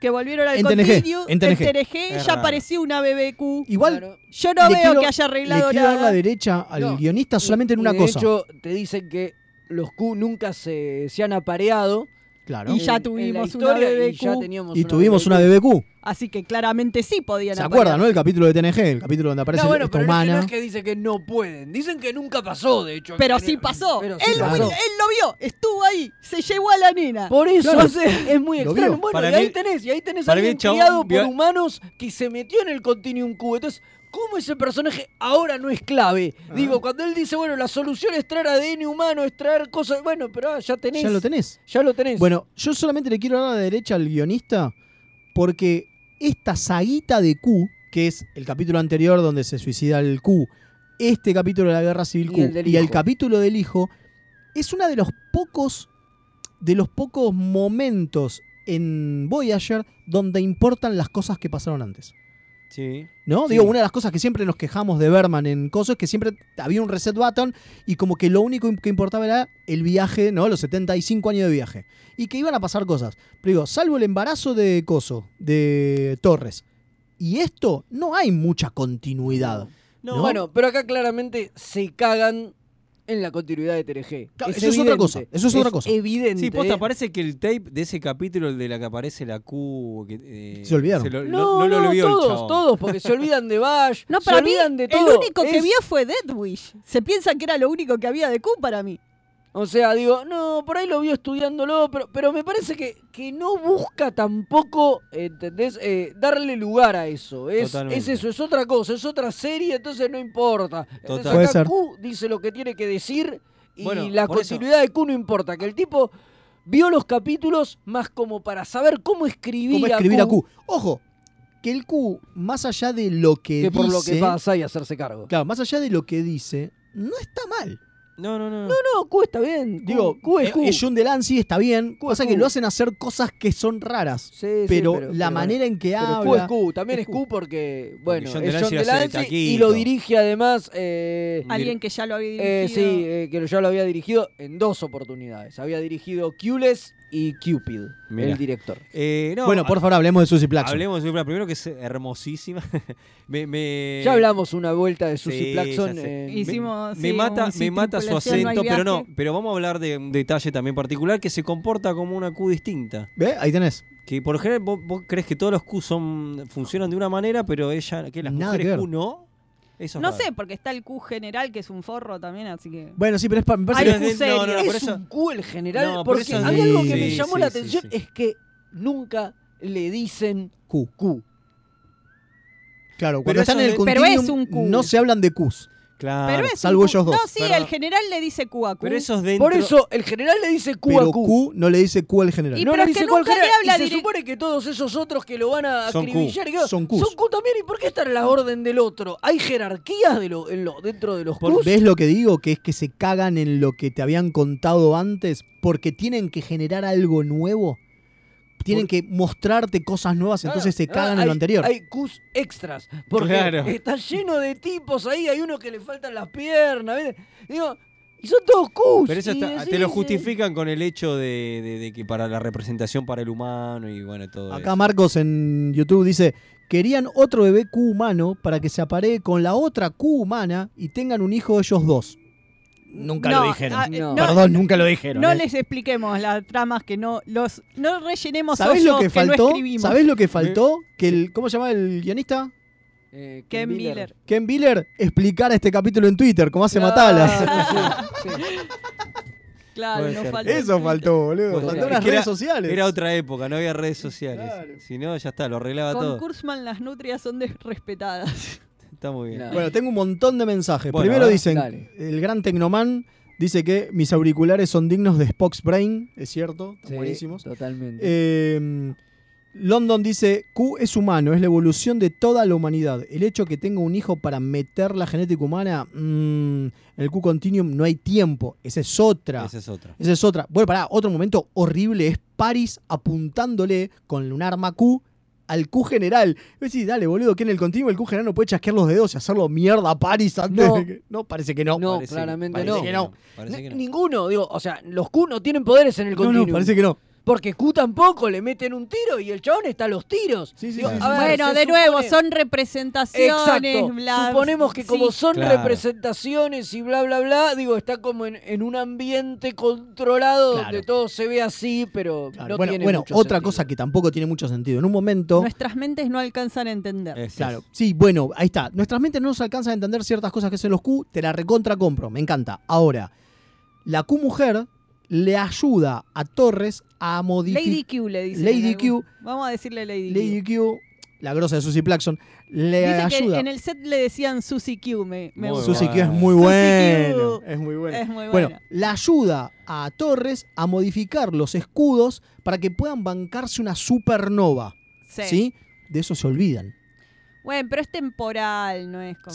Speaker 4: que volvieron al
Speaker 5: En TNG,
Speaker 4: continuo?
Speaker 5: en TNG.
Speaker 4: ya
Speaker 5: Es raro.
Speaker 4: apareció una bebé Q.
Speaker 5: Igual
Speaker 4: Yo no
Speaker 5: le
Speaker 4: veo
Speaker 5: quiero-
Speaker 4: que haya arreglado
Speaker 5: Le quiero dar
Speaker 4: nada.
Speaker 5: la derecha al
Speaker 1: No.
Speaker 5: guionista solamente
Speaker 1: Y
Speaker 5: en una
Speaker 1: de
Speaker 5: cosa.
Speaker 1: hecho, te dicen que los Q nunca se, se han apareado.
Speaker 5: Claro.
Speaker 4: Y
Speaker 1: en-
Speaker 4: ya
Speaker 1: en la
Speaker 4: tuvimos una
Speaker 1: historia
Speaker 4: bebé
Speaker 1: Y ya
Speaker 4: Q.
Speaker 1: teníamos
Speaker 5: Y tuvimos una BBQ.
Speaker 4: Así que claramente sí podían
Speaker 5: ¿Se
Speaker 4: aparear.
Speaker 5: acuerdan, no? El capítulo de TNG, el capítulo donde aparece
Speaker 1: No, bueno,
Speaker 5: esta
Speaker 1: pero no-
Speaker 5: humana.
Speaker 1: no es que dice que no pueden. Dicen que nunca pasó, de hecho.
Speaker 4: Pero
Speaker 1: que-
Speaker 4: sí pasó.
Speaker 1: pero sí
Speaker 4: él,
Speaker 1: pasó.
Speaker 4: él- él lo vio, estuvo ahí, se llevó a la nena.
Speaker 1: Por eso
Speaker 4: Claro.
Speaker 1: o sea, es muy
Speaker 4: Lo
Speaker 1: extraño.
Speaker 4: vio.
Speaker 1: Bueno,
Speaker 4: Para
Speaker 1: y
Speaker 4: mí-
Speaker 1: ahí tenés, y ahí tenés a
Speaker 4: para mí
Speaker 1: alguien
Speaker 4: el chabón
Speaker 1: criado por
Speaker 4: vio-
Speaker 1: humanos que se metió en el Continuum Q. Entonces, ¿cómo ese personaje ahora no es clave?
Speaker 5: Ah.
Speaker 1: Digo, cuando él dice, bueno, la solución es traer ADN humano, es traer cosas. Bueno, pero ah, ya tenés.
Speaker 5: Ya lo tenés.
Speaker 1: Ya lo tenés.
Speaker 5: Bueno, yo solamente le quiero dar la derecha al guionista porque esta saguita de Q, que es el capítulo anterior donde se suicida el Q, este capítulo de la Guerra Civil
Speaker 1: Y
Speaker 5: Q
Speaker 1: el del
Speaker 5: y el
Speaker 1: hijo.
Speaker 5: capítulo del hijo, es uno de los pocos de los pocos momentos en Voyager donde importan las cosas que pasaron antes.
Speaker 2: Sí.
Speaker 5: ¿No?
Speaker 2: Sí.
Speaker 5: Digo, una de las cosas que siempre nos quejamos de Berman en cosas es que siempre había un reset button y como que lo único que importaba era el viaje, ¿no? Los 75 años de viaje. Y que iban a pasar cosas. Pero digo, salvo el embarazo de Coso, de Torres, y esto, no hay mucha continuidad.
Speaker 1: No,
Speaker 5: ¿no?
Speaker 1: bueno, pero acá claramente se cagan en la continuidad de TNG.
Speaker 5: Claro, eso es otra cosa, eso es otra cosa.
Speaker 1: Evidente.
Speaker 2: Sí, posta,
Speaker 1: ¿eh?
Speaker 2: parece que el tape de ese capítulo, el de la que aparece la Q. que, eh,
Speaker 5: Se olvidaron.
Speaker 2: lo-
Speaker 1: No,
Speaker 2: no lo
Speaker 1: no,
Speaker 2: vio el
Speaker 1: todos,
Speaker 2: chabón.
Speaker 1: todos, porque se olvidan de Bash,
Speaker 4: No,
Speaker 1: se
Speaker 4: para mí,
Speaker 1: olvidan de
Speaker 4: el
Speaker 1: todo.
Speaker 4: único que
Speaker 1: Es-
Speaker 4: vio fue Deathwish. Se piensa que era lo único que había de Q para mí.
Speaker 1: O sea, digo, no, por ahí lo vio estudiándolo, pero, pero me parece que, que no busca tampoco, ¿entendés? Eh, darle lugar a eso. Es,
Speaker 2: Totalmente.
Speaker 1: es eso, es otra cosa, es otra serie, entonces no importa. Entonces
Speaker 2: Total. Puede
Speaker 1: acá
Speaker 2: ser.
Speaker 1: Q dice lo que tiene que decir y
Speaker 2: Bueno,
Speaker 1: la
Speaker 2: por eso.
Speaker 1: continuidad de Q no importa. Que el tipo vio los capítulos más como para saber cómo escribir,
Speaker 5: ¿Cómo escribir a Q? Ojo, que el Q, más allá de lo que,
Speaker 1: Que por lo que
Speaker 5: dice-
Speaker 1: pasa y hacerse cargo.
Speaker 5: Claro, más allá de lo que dice, no está mal.
Speaker 2: No, no, no.
Speaker 1: No, no, Q está bien. Q-
Speaker 5: Digo,
Speaker 1: Q es
Speaker 5: eh,
Speaker 1: Q.
Speaker 5: es John Delancey, está bien.
Speaker 1: Q es
Speaker 5: pasa que
Speaker 1: Q.
Speaker 5: lo hacen hacer cosas que son raras.
Speaker 1: Sí, sí,
Speaker 5: pero,
Speaker 1: pero-
Speaker 5: la
Speaker 1: pero
Speaker 5: manera
Speaker 1: bueno.
Speaker 5: en que
Speaker 1: Pero
Speaker 5: habla.
Speaker 1: Q es Q, también es Q, porque, bueno,
Speaker 2: John
Speaker 1: es John
Speaker 2: Delancey lo hace de
Speaker 1: Delancey y
Speaker 2: taquito.
Speaker 1: lo dirige además... eh,
Speaker 4: Alguien que ya lo había dirigido.
Speaker 1: eh, sí, eh, que ya lo había dirigido en dos oportunidades. Había dirigido Cules y Cupid,
Speaker 2: Mirá.
Speaker 1: el director.
Speaker 2: Eh, no,
Speaker 5: bueno, por favor, hablemos de Susie Plaxon.
Speaker 2: Hablemos de Susie Plaxon. Primero que es hermosísima. Me- me-
Speaker 1: ya hablamos una vuelta de Susie
Speaker 2: Eh, Sí,
Speaker 1: Plaxon. eh,
Speaker 2: ya sé.
Speaker 1: en-
Speaker 2: Me-
Speaker 4: Hicimos,
Speaker 2: me,
Speaker 4: sí,
Speaker 2: mata,
Speaker 4: un- sí,
Speaker 2: me mata su
Speaker 4: tripulación, no hay
Speaker 2: acento, pero no,
Speaker 4: viaje.
Speaker 2: pero vamos a hablar de un detalle también particular que se comporta como una Q distinta.
Speaker 5: ¿Ve? Ahí tenés.
Speaker 2: Que por lo general vos, vos crees que todos los Q son, funcionan de una manera, pero ella, que las
Speaker 5: Nada que
Speaker 2: mujeres
Speaker 5: ver.
Speaker 2: Q no. Eso es
Speaker 4: No
Speaker 2: raro.
Speaker 4: sé, porque está el Q general, que es un forro también, así que.
Speaker 5: Bueno, sí, pero es pa- me parece
Speaker 4: Hay
Speaker 5: que-
Speaker 4: Q serio.
Speaker 2: no, no, por
Speaker 1: es
Speaker 2: eso-
Speaker 1: un Q el general,
Speaker 2: No, por
Speaker 1: porque
Speaker 2: eso-
Speaker 1: a mí algo que
Speaker 2: Sí,
Speaker 1: me llamó
Speaker 2: sí,
Speaker 1: la
Speaker 2: sí,
Speaker 1: atención
Speaker 2: sí.
Speaker 1: es que nunca le dicen
Speaker 5: Q.
Speaker 1: Q.
Speaker 5: Claro,
Speaker 2: Pero
Speaker 5: cuando están
Speaker 2: eso
Speaker 5: en el
Speaker 2: de-
Speaker 4: Pero
Speaker 5: continuum,
Speaker 4: es un Q.
Speaker 5: no se hablan de Qs.
Speaker 2: Claro.
Speaker 4: Pero es
Speaker 5: salvo
Speaker 4: un Q.
Speaker 5: ellos dos.
Speaker 4: No, sí,
Speaker 2: Perdón.
Speaker 4: el general le dice Q a Q.
Speaker 2: Pero eso es dentro.
Speaker 1: Por eso, el general le dice Q
Speaker 5: Pero
Speaker 1: a Q.
Speaker 5: Q no le dice Q al general.
Speaker 4: Y
Speaker 1: no
Speaker 4: pero
Speaker 1: le
Speaker 4: es que
Speaker 1: dice Q al
Speaker 4: nunca le
Speaker 1: general,
Speaker 4: habla
Speaker 1: y se
Speaker 4: direct-
Speaker 1: supone que todos esos otros que lo van a
Speaker 2: Son Q.
Speaker 1: acribillar y que-
Speaker 5: Son Qs.
Speaker 1: son Q también. ¿Y por qué están a la orden del otro? Hay jerarquías de lo, en lo- dentro de los Qs.
Speaker 5: ¿Ves lo que digo? Que es que se cagan en lo que te habían contado antes porque tienen que generar algo nuevo. Tienen que mostrarte cosas nuevas, entonces se
Speaker 1: Claro,
Speaker 5: cagan en
Speaker 1: Ah, hay-
Speaker 5: lo anterior.
Speaker 1: Hay Qs extras. Porque
Speaker 2: Claro.
Speaker 1: está lleno de tipos ahí. Hay uno que le faltan las piernas. ¿viste? Digo, y son todos Qs.
Speaker 2: Pero eso
Speaker 1: y
Speaker 2: está-
Speaker 1: decís,
Speaker 2: te lo
Speaker 1: eh,
Speaker 2: justifican con el hecho de, de- de que para la representación para el humano y bueno, todo
Speaker 5: Acá
Speaker 2: eso.
Speaker 5: Marcos en YouTube dice, querían otro bebé Q humano para que se aparee con la otra Q humana y tengan un hijo ellos dos. Nunca
Speaker 4: No,
Speaker 5: lo dijeron.
Speaker 4: ah, eh, no.
Speaker 5: Perdón, nunca lo dijeron.
Speaker 4: No
Speaker 5: eh.
Speaker 4: les expliquemos las tramas que no los no rellenemos
Speaker 5: ¿Sabés
Speaker 4: hoyos
Speaker 5: lo que faltó?
Speaker 4: no escribimos.
Speaker 5: ¿Sabés lo que faltó? Que el, ¿Cómo se llama el guionista?
Speaker 1: eh,
Speaker 4: Ken Miller.
Speaker 5: Ken Biller explicara este capítulo en Twitter, como hace
Speaker 1: Claro,
Speaker 5: Matalas.
Speaker 1: sí, sí.
Speaker 4: Claro,
Speaker 2: Puede
Speaker 4: no
Speaker 2: ser.
Speaker 4: faltó.
Speaker 5: Eso faltó, boludo.
Speaker 2: Pues,
Speaker 5: Faltó
Speaker 2: es
Speaker 5: unas
Speaker 2: que era-
Speaker 5: redes sociales.
Speaker 2: Era otra época, no había redes sociales. Si no, ya está, lo arreglaba
Speaker 4: Con
Speaker 2: todo.
Speaker 4: Kurzman las nutrias son desrespetadas.
Speaker 2: Está muy bien.
Speaker 5: Bueno, tengo un montón de mensajes.
Speaker 2: Bueno,
Speaker 5: Primero
Speaker 2: a ver,
Speaker 5: dicen,
Speaker 2: dale.
Speaker 5: el gran Tecnoman dice que mis auriculares son dignos de Spock's Brain. Es cierto, están
Speaker 1: Sí,
Speaker 5: buenísimos.
Speaker 1: Totalmente.
Speaker 5: Eh, London dice, Q es humano, es la evolución de toda la humanidad. El hecho que tenga un hijo para meter la genética humana, mm, en el Q Continuum no hay tiempo. Esa es otra.
Speaker 2: Esa es otra.
Speaker 5: Esa es otra. Bueno, pará, otro momento horrible es Paris apuntándole con un arma Q al Q general. Yo decís, dale, boludo, que en el continuo el Q general no puede chasquear los dedos y hacerlo mierda a Paris antes
Speaker 1: No.
Speaker 5: de que- No, parece que no.
Speaker 1: No,
Speaker 5: Parece que-
Speaker 1: claramente
Speaker 5: parece
Speaker 1: no.
Speaker 5: que no.
Speaker 2: Parece que no.
Speaker 1: Ninguno, digo, o sea, los Q no tienen poderes en el
Speaker 5: No,
Speaker 1: continuum.
Speaker 5: no, parece que no.
Speaker 1: Porque Q tampoco, le meten un tiro y el chabón está a los tiros. Digo,
Speaker 5: sí,
Speaker 1: a ver,
Speaker 4: bueno,
Speaker 1: se
Speaker 4: de nuevo,
Speaker 1: supone-
Speaker 4: son representaciones.
Speaker 1: Exacto.
Speaker 4: bla-
Speaker 1: Suponemos que como
Speaker 4: sí.
Speaker 1: son
Speaker 2: Claro.
Speaker 1: representaciones y bla, bla, bla, digo, está como en, en un ambiente controlado
Speaker 5: Claro.
Speaker 1: donde todo se ve así, pero
Speaker 5: Claro,
Speaker 1: no
Speaker 5: bueno,
Speaker 1: tiene
Speaker 5: bueno,
Speaker 1: mucho
Speaker 5: otra
Speaker 1: sentido.
Speaker 5: cosa que tampoco tiene mucho sentido. En un momento.
Speaker 4: Nuestras mentes no alcanzan a
Speaker 2: Eh,
Speaker 4: entender.
Speaker 5: Claro, sí, bueno, ahí está. Nuestras mentes no nos alcanzan a entender ciertas cosas que hacen los Q, te la recontra compro, me encanta. Ahora, la Q mujer le ayuda a Torres a modificar.
Speaker 4: Lady Q le dicen.
Speaker 5: Lady
Speaker 4: en algún-
Speaker 5: Q.
Speaker 4: Vamos a decirle Lady,
Speaker 5: Lady
Speaker 4: Q.
Speaker 5: Q, la grosa de Susie Plaxon, le
Speaker 4: Dice que
Speaker 5: ayuda.
Speaker 4: en el set le decían Susie Q. Me, me
Speaker 2: Muy
Speaker 4: gusta.
Speaker 5: Susie Q es muy
Speaker 4: Susie Q.
Speaker 5: bueno. Es muy bueno.
Speaker 4: Es muy
Speaker 5: Bueno,
Speaker 4: buena.
Speaker 5: la ayuda a Torres a modificar los escudos para que puedan bancarse una supernova.
Speaker 4: Sí.
Speaker 5: ¿Sí? De eso se olvidan.
Speaker 4: Bueno, pero es temporal, no es como.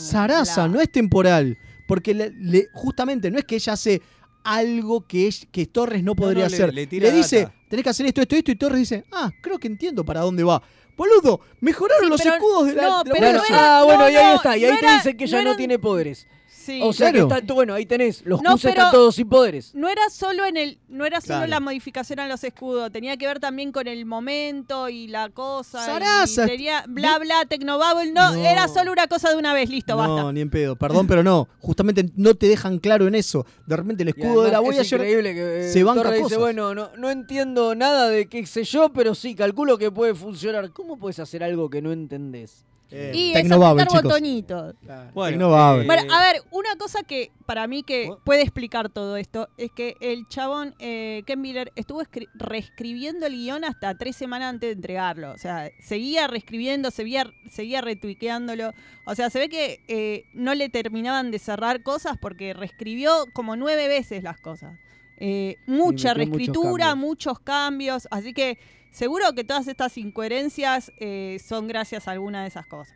Speaker 4: la-
Speaker 5: Sarasa no es temporal. Porque le- le- justamente no es que ella hace algo que, es- que Torres no podría
Speaker 2: no, le-
Speaker 5: hacer.
Speaker 2: le
Speaker 5: Le,
Speaker 2: tira
Speaker 5: dice,
Speaker 2: data.
Speaker 5: tenés que hacer esto, esto, esto, y Torres dice, ah, creo que entiendo para dónde va. Boludo, mejoraron
Speaker 4: Sí,
Speaker 5: los
Speaker 4: pero-
Speaker 5: escudos de la...
Speaker 4: no,
Speaker 5: de la
Speaker 4: pero
Speaker 5: humanidad.
Speaker 4: no era-
Speaker 1: Ah, bueno, y ahí
Speaker 4: no,
Speaker 1: está. Y
Speaker 4: no
Speaker 1: ahí te
Speaker 4: era-
Speaker 1: dicen que ya
Speaker 4: no
Speaker 1: no
Speaker 4: eran-
Speaker 1: tiene poderes.
Speaker 4: Sí.
Speaker 1: O sea
Speaker 5: Claro.
Speaker 1: que está, bueno, ahí tenés, los
Speaker 4: No,
Speaker 1: Q se están
Speaker 4: pero-
Speaker 1: todos sin poderes.
Speaker 4: No era solo en el, no era solo
Speaker 5: Claro.
Speaker 4: la modificación a los escudos, tenía que ver también con el momento y la cosa. y
Speaker 5: Sarasa.
Speaker 4: tenía bla bla Tecnobubble, no,
Speaker 5: No.
Speaker 4: era solo una cosa de una vez, listo,
Speaker 5: No,
Speaker 4: basta.
Speaker 5: ni en pedo. Perdón, pero no. Justamente no te dejan claro en eso. De repente el
Speaker 1: Y
Speaker 5: escudo de la
Speaker 1: además es
Speaker 5: Voyager
Speaker 1: increíble que eh,
Speaker 5: se banca
Speaker 1: Torres dice,
Speaker 5: cosas.
Speaker 1: bueno, no, no entiendo nada de qué sé yo, pero sí, calculo que puede funcionar. ¿Cómo puedes hacer algo que no entendés?
Speaker 5: Eh,
Speaker 4: Y es
Speaker 5: Tecnobabel,
Speaker 4: apretar
Speaker 5: chicos.
Speaker 4: botonitos.
Speaker 2: Bueno,
Speaker 5: Innovable.
Speaker 2: eh,
Speaker 4: Bueno, a ver, una cosa que para mí que puede explicar todo esto es que el chabón eh, Ken Miller estuvo escri- reescribiendo el guión hasta tres semanas antes de entregarlo. O sea, seguía reescribiendo, seguía, seguía retuiqueándolo. O sea, se ve que eh, no le terminaban de cerrar cosas porque reescribió como nueve veces las cosas. Eh, mucha
Speaker 1: metió muchos
Speaker 4: reescritura,
Speaker 1: cambios.
Speaker 4: muchos cambios. Así que seguro que todas estas incoherencias eh, son gracias a alguna de esas cosas.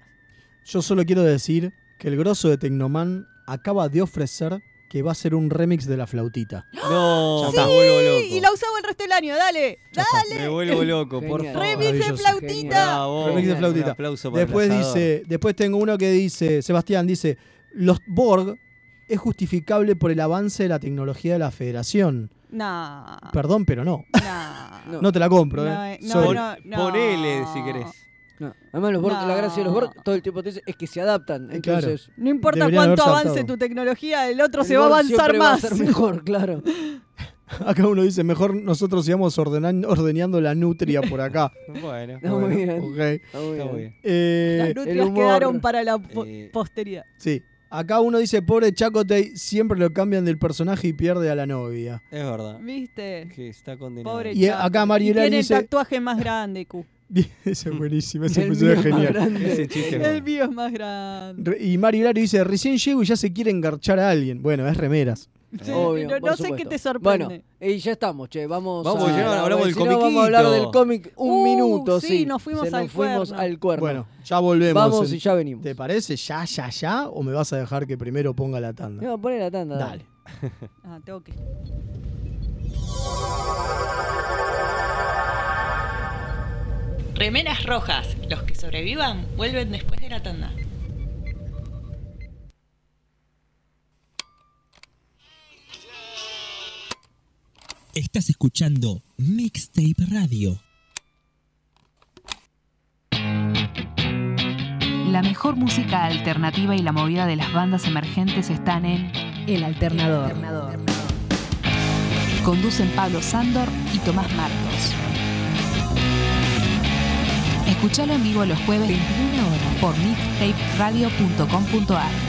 Speaker 5: Yo solo quiero decir que el grosso de Tecnoman acaba de ofrecer que va a ser un remix de la flautita.
Speaker 2: No,
Speaker 5: Ya
Speaker 2: me vuelvo
Speaker 4: Sí,
Speaker 2: loco.
Speaker 4: Y la usaba el resto del año, dale.
Speaker 5: Ya está.
Speaker 2: Me vuelvo loco, por
Speaker 1: Genial.
Speaker 2: favor.
Speaker 4: Remix de
Speaker 5: maravilloso.
Speaker 4: flautita.
Speaker 2: Bravo.
Speaker 5: Remix de
Speaker 2: Un
Speaker 5: flautita.
Speaker 2: aplauso para el
Speaker 5: Después
Speaker 2: asador.
Speaker 5: dice, después tengo uno que dice, Sebastián dice, los Borg es justificable por el avance de la tecnología de la Federación.
Speaker 4: No.
Speaker 5: Perdón, pero no.
Speaker 4: No.
Speaker 1: Ah. No.
Speaker 5: No te la compro,
Speaker 4: No,
Speaker 5: ¿eh?
Speaker 4: eh, no,
Speaker 5: Sorry.
Speaker 4: no, no.
Speaker 2: Ponele, si querés.
Speaker 1: No. Además, los Borg, la gracia de los Borg
Speaker 4: No.
Speaker 1: todo el tiempo te dice es que se adaptan.
Speaker 5: Eh, claro.
Speaker 1: Entonces,
Speaker 4: No importa
Speaker 5: Deberían
Speaker 4: cuánto
Speaker 5: haberse
Speaker 4: avance
Speaker 5: adaptado.
Speaker 4: tu tecnología, el otro
Speaker 1: el
Speaker 4: se va a
Speaker 1: Borg
Speaker 4: avanzar
Speaker 1: siempre
Speaker 4: más.
Speaker 1: Va a ser mejor, claro.
Speaker 5: Acá uno dice, mejor nosotros íbamos ordenan- ordeñando la nutria por acá.
Speaker 2: Bueno,
Speaker 1: Está muy bien.
Speaker 5: Ok.
Speaker 1: Está muy
Speaker 2: está
Speaker 1: bien.
Speaker 2: muy bien.
Speaker 5: Eh,
Speaker 4: Las nutrias
Speaker 1: humor.
Speaker 4: quedaron para la po-
Speaker 2: Eh,
Speaker 4: posteridad.
Speaker 5: sí. Acá uno dice, pobre Chacotay, siempre lo cambian del personaje y pierde a la novia.
Speaker 2: Es verdad.
Speaker 4: ¿Viste?
Speaker 2: Que está condenado.
Speaker 4: Pobre
Speaker 5: Y
Speaker 4: chato.
Speaker 5: acá Mariela
Speaker 4: Tiene
Speaker 5: dice-
Speaker 4: el tatuaje más grande, Q.
Speaker 5: Ese es buenísimo, ese
Speaker 1: El
Speaker 5: episodio es
Speaker 1: mío más
Speaker 5: genial.
Speaker 1: grande.
Speaker 2: Ese chiste. es
Speaker 4: El
Speaker 2: bueno.
Speaker 4: mío es más grande.
Speaker 5: Re- Y Mari Hilario dice, recién llego y ya se quiere engarchar a alguien. Bueno, es remeras.
Speaker 4: Sí,
Speaker 1: Obvio,
Speaker 4: no
Speaker 1: por
Speaker 4: no sé qué
Speaker 1: supuesto.
Speaker 4: te sorprende.
Speaker 1: Bueno, y ya estamos, che. Vamos,
Speaker 2: Vamos,
Speaker 1: a,
Speaker 2: ya hablamos del
Speaker 1: si no, Vamos a hablar
Speaker 2: comiquito.
Speaker 1: del cómic un
Speaker 4: Uh,
Speaker 1: minuto,
Speaker 4: sí,
Speaker 1: sí.
Speaker 4: nos fuimos
Speaker 1: Se nos
Speaker 4: al
Speaker 1: fuimos
Speaker 4: cuerno.
Speaker 1: al cuerno.
Speaker 5: Bueno, ya volvemos.
Speaker 1: vamos
Speaker 5: En-
Speaker 1: y ya venimos.
Speaker 5: ¿Te parece ya, ya, ya? ¿O me vas a dejar que primero ponga la tanda?
Speaker 1: No, poné la tanda.
Speaker 5: Dale.
Speaker 4: Ah, tengo que.
Speaker 17: Remeras rojas. Los que sobrevivan vuelven después de la tanda.
Speaker 6: Estás escuchando Mixtape Radio.
Speaker 7: La mejor música alternativa y la movida de las bandas emergentes están en El Alternador. Conducen Pablo Sándor y Tomás Marcos. Escuchalo en vivo los jueves 21 horas por mixtaperadio.com.ar.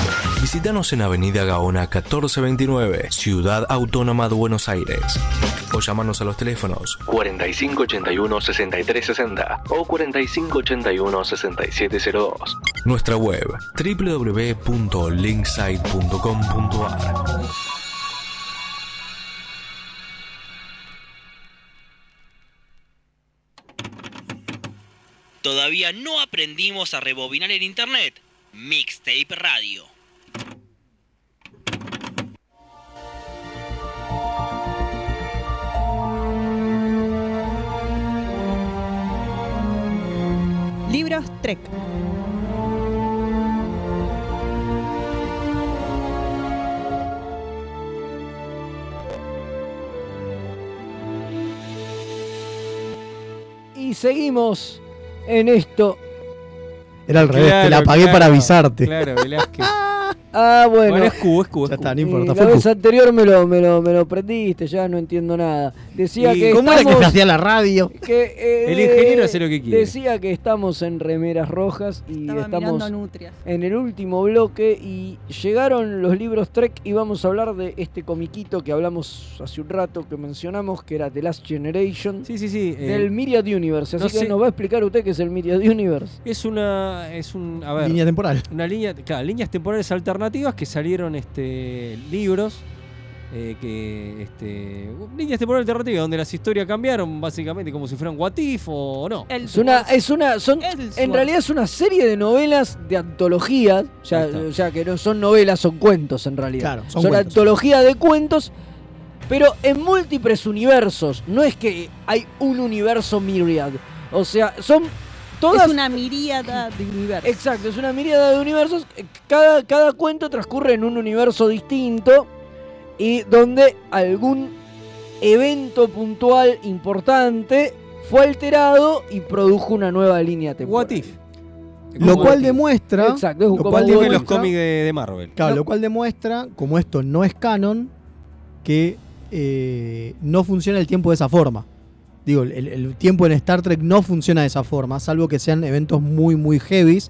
Speaker 10: Visítanos en Avenida Gaona 1429, Ciudad Autónoma de Buenos Aires. O llámanos a los teléfonos
Speaker 18: 4581-6360 o 4581-6702.
Speaker 10: Nuestra web www.linksite.com.ar
Speaker 6: Todavía no aprendimos a rebobinar en internet. Mixtape Radio.
Speaker 4: Libros Trek.
Speaker 1: Y seguimos en esto.
Speaker 5: Era al revés, te la
Speaker 2: Claro,
Speaker 5: apagué
Speaker 2: claro,
Speaker 5: para avisarte.
Speaker 2: Claro, Velázquez.
Speaker 1: Ah, bueno.
Speaker 2: Bueno, es cubo, es cubo.
Speaker 5: Ya
Speaker 2: es
Speaker 5: está,
Speaker 2: cubo.
Speaker 5: no importa.
Speaker 1: La
Speaker 5: Fue
Speaker 1: vez
Speaker 5: Q.
Speaker 1: anterior me lo, me, lo, me lo prendiste, ya no entiendo nada. Decía
Speaker 5: ¿Y
Speaker 1: que
Speaker 5: ¿Cómo era que
Speaker 1: estamos-
Speaker 5: se hacía la radio?
Speaker 1: que, eh,
Speaker 2: El ingeniero hace lo que quiere.
Speaker 1: Decía que estamos en remeras rojas y
Speaker 4: mirando
Speaker 1: estamos
Speaker 4: nutrias.
Speaker 1: en el último bloque y llegaron los libros Trek y vamos a hablar de este comiquito que hablamos hace un rato que mencionamos que era The Last Generation
Speaker 2: Sí, sí, sí. eh,
Speaker 1: del Myriad Universe. Así
Speaker 2: no
Speaker 1: que
Speaker 2: sé-
Speaker 1: nos va a explicar usted qué es el Myriad Universe.
Speaker 2: Es una. Es un. A ver.
Speaker 5: Línea temporal.
Speaker 2: Una línea. Claro, líneas temporales alternativas que salieron este, libros. eh, que este, líneas temporales alternativas donde las historias cambiaron básicamente como si fueran what if o no
Speaker 1: Es una, es una, son, en
Speaker 4: Ellsworth.
Speaker 1: realidad es una serie de novelas de antologías, o sea,
Speaker 2: Ahí está.
Speaker 1: o sea, que no son novelas, son cuentos en realidad.
Speaker 5: Claro, son
Speaker 1: son una
Speaker 5: cuentos.
Speaker 1: antología de cuentos, pero en múltiples universos. No es que hay un universo myriad. O sea, son todas.
Speaker 4: Es una miríada de universos.
Speaker 1: Exacto, es una miríada de universos. Cada, cada cuento transcurre en un universo distinto y donde algún evento puntual importante fue alterado y produjo una nueva línea temporal.
Speaker 2: what if
Speaker 5: Lo
Speaker 1: Como
Speaker 5: cual
Speaker 1: el-
Speaker 5: demuestra.
Speaker 1: Exacto, es un
Speaker 5: lo
Speaker 1: como
Speaker 2: cual
Speaker 1: un
Speaker 2: dime
Speaker 1: buen-
Speaker 2: los cómics de, de Marvel
Speaker 5: Claro, lo cual demuestra, como esto no es canon, que eh, no funciona el tiempo de esa forma. Digo, el, el tiempo en Star Trek no funciona de esa forma, salvo que sean eventos muy, muy heavies,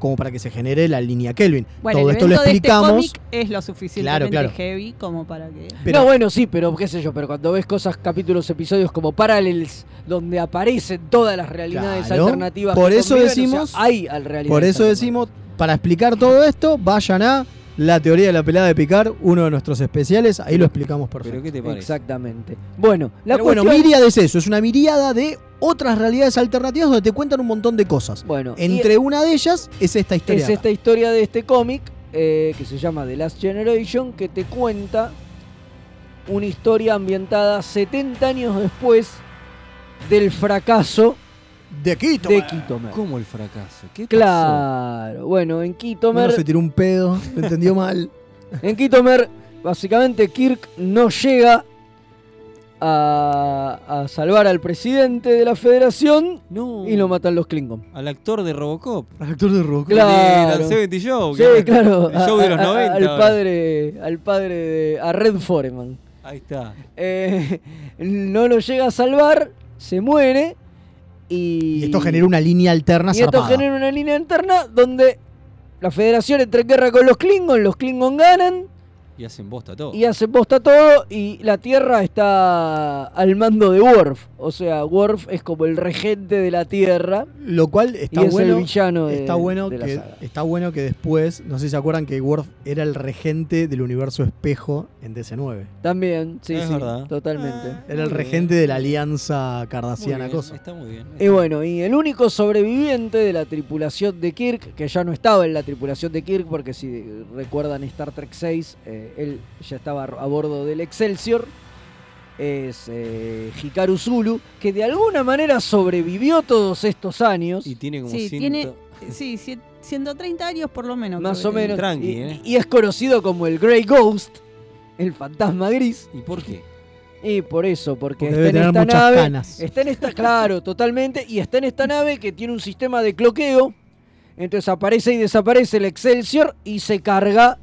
Speaker 5: como para que se genere la línea Kelvin.
Speaker 4: Bueno,
Speaker 5: Todo
Speaker 4: el
Speaker 5: esto lo
Speaker 4: evento de este
Speaker 5: explicamos.
Speaker 4: cómic es lo suficientemente heavy como para que.
Speaker 5: pero-
Speaker 1: no, bueno, sí, pero qué sé yo, pero cuando ves cosas, capítulos, episodios como Parallels, donde aparecen todas las realidades
Speaker 5: Claro,
Speaker 1: alternativas.
Speaker 5: por
Speaker 1: que
Speaker 5: eso
Speaker 1: conviven, o sea,
Speaker 5: decimos-
Speaker 1: hay al realidad.
Speaker 5: Por eso decimos, para explicar todo esto, vayan a La teoría de la pelada de picar, uno de nuestros especiales, ahí lo explicamos perfecto.
Speaker 2: pero qué te parece
Speaker 1: Exactamente. Bueno, la
Speaker 5: Pero bueno,
Speaker 1: cuestión-
Speaker 5: Miriad es eso, es una miriada de otras realidades alternativas donde te cuentan un montón de cosas.
Speaker 1: Bueno, y-
Speaker 5: Entre una de ellas es esta historia.
Speaker 1: es
Speaker 5: acá.
Speaker 1: esta historia de este cómic eh, que se llama The Last Generation que te cuenta una historia ambientada 70 años después del fracaso
Speaker 5: de Quito.
Speaker 1: de Quitomer.
Speaker 2: Ah. cómo el fracaso ¿Qué
Speaker 1: Claro, bueno, en Quitomer,
Speaker 5: Uno se tiró un pedo, lo entendió mal.
Speaker 1: en Quitomer básicamente Kirk no llega a, a salvar al presidente de la Federación
Speaker 2: pasó? no
Speaker 1: y lo matan los Klingon.
Speaker 2: al actor de Robocop
Speaker 5: Actor de rock.
Speaker 1: Claro.
Speaker 2: el de Seventy Show
Speaker 1: Sí,
Speaker 2: que-
Speaker 1: claro,
Speaker 2: el show de los
Speaker 1: a- a- a-
Speaker 2: 90
Speaker 1: al padre, al padre de a Red Foreman.
Speaker 2: ahí está
Speaker 1: Eh, no lo llega a salvar, se muere y,
Speaker 5: Y esto genera una línea alterna
Speaker 1: y esto
Speaker 5: zarpada.
Speaker 1: genera una línea interna donde la federación entra en guerra con los Klingon, los Klingon ganan
Speaker 2: Y hacen bosta todo.
Speaker 1: Y hacen posta todo y la Tierra está al mando de Worf. O sea, Worf es como el regente de la Tierra.
Speaker 5: Lo cual está
Speaker 1: y es
Speaker 5: bueno.
Speaker 1: el villano de-
Speaker 5: está bueno
Speaker 1: de la
Speaker 5: que
Speaker 1: saga.
Speaker 5: está bueno que después, no sé si se acuerdan que Worf era el regente del universo espejo en DC9.
Speaker 1: También, sí,
Speaker 5: Es
Speaker 1: sí,
Speaker 5: verdad.
Speaker 1: totalmente.
Speaker 5: Era el regente de la alianza cardasiana cosa.
Speaker 2: Está muy bien.
Speaker 1: Y bueno, y el único sobreviviente de la tripulación de Kirk, que ya no estaba en la tripulación de Kirk, porque si recuerdan Star Trek 6, él ya estaba a bordo del Excelsior, es eh, Hikaru Zulu, que de alguna manera sobrevivió todos estos años. Y
Speaker 2: tiene
Speaker 4: Sí, tiene sí, cien- 130 años por lo menos.
Speaker 1: Más
Speaker 4: creo
Speaker 1: o
Speaker 4: que
Speaker 1: menos.
Speaker 4: tiene.
Speaker 1: y, y es conocido como el Grey Ghost, el fantasma gris.
Speaker 2: ¿Y por qué?
Speaker 1: Y por eso, porque, está
Speaker 5: Porque debe
Speaker 1: en
Speaker 5: tener
Speaker 1: esta
Speaker 5: muchas
Speaker 1: nave.
Speaker 5: canas.
Speaker 1: Está en esta, claro, totalmente. Y está en esta nave que tiene un sistema de cloqueo. Entonces aparece y desaparece el Excelsior y se carga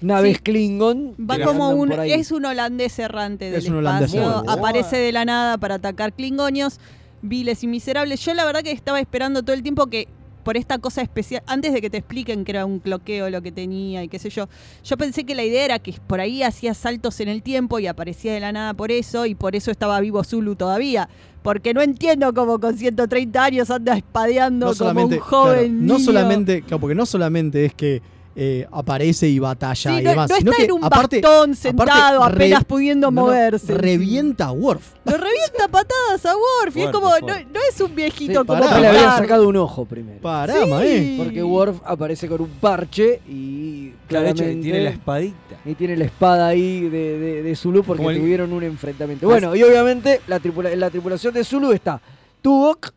Speaker 1: naves
Speaker 4: Sí.
Speaker 1: Klingon.
Speaker 4: Va
Speaker 1: que
Speaker 4: como
Speaker 1: andan
Speaker 4: un.
Speaker 1: por ahí.
Speaker 4: Es un holandés errante del
Speaker 1: Es un holandés
Speaker 4: espacio.
Speaker 1: errante.
Speaker 4: Aparece de la nada para atacar klingonios, viles y miserables. Yo la verdad que estaba esperando todo el tiempo que. Por esta cosa especial, antes de que te expliquen que era un cloqueo lo que tenía y qué sé yo, yo pensé que la idea era que por ahí hacía saltos en el tiempo y aparecía de la nada por eso, y por eso estaba vivo Zulu todavía. Porque no entiendo cómo con 130 años anda espadeando como
Speaker 5: No
Speaker 4: un
Speaker 5: solamente,
Speaker 4: joven.
Speaker 5: claro, no
Speaker 4: niño.
Speaker 5: solamente, claro, porque no solamente es que eh, aparece y batalla
Speaker 4: Sí,
Speaker 5: y
Speaker 4: no-
Speaker 5: demás,
Speaker 4: no
Speaker 5: sino
Speaker 4: está
Speaker 5: que
Speaker 4: en un
Speaker 5: aparte,
Speaker 4: bastón
Speaker 5: aparte
Speaker 4: sentado,
Speaker 5: re-
Speaker 4: apenas pudiendo
Speaker 5: no, no,
Speaker 4: moverse.
Speaker 5: revienta a Worf.
Speaker 4: Lo revienta a patadas a Worf. y es
Speaker 1: Fuerte,
Speaker 4: como, no,
Speaker 1: fuerte.
Speaker 4: no es un
Speaker 1: Sí,
Speaker 4: viejito como
Speaker 1: pará, le habían
Speaker 4: Picard.
Speaker 1: sacado un ojo primero.
Speaker 5: Pará, maé.
Speaker 1: Porque Worf aparece con un parche y
Speaker 2: Claro, de hecho,
Speaker 1: claramente...
Speaker 2: que tiene la espadita.
Speaker 1: Y tiene la espada ahí de, de- de Zulu porque
Speaker 2: Como el-
Speaker 1: tuvieron un enfrentamiento. Bueno, y obviamente la, tripula- en la tripulación de Zulu está Tuvok,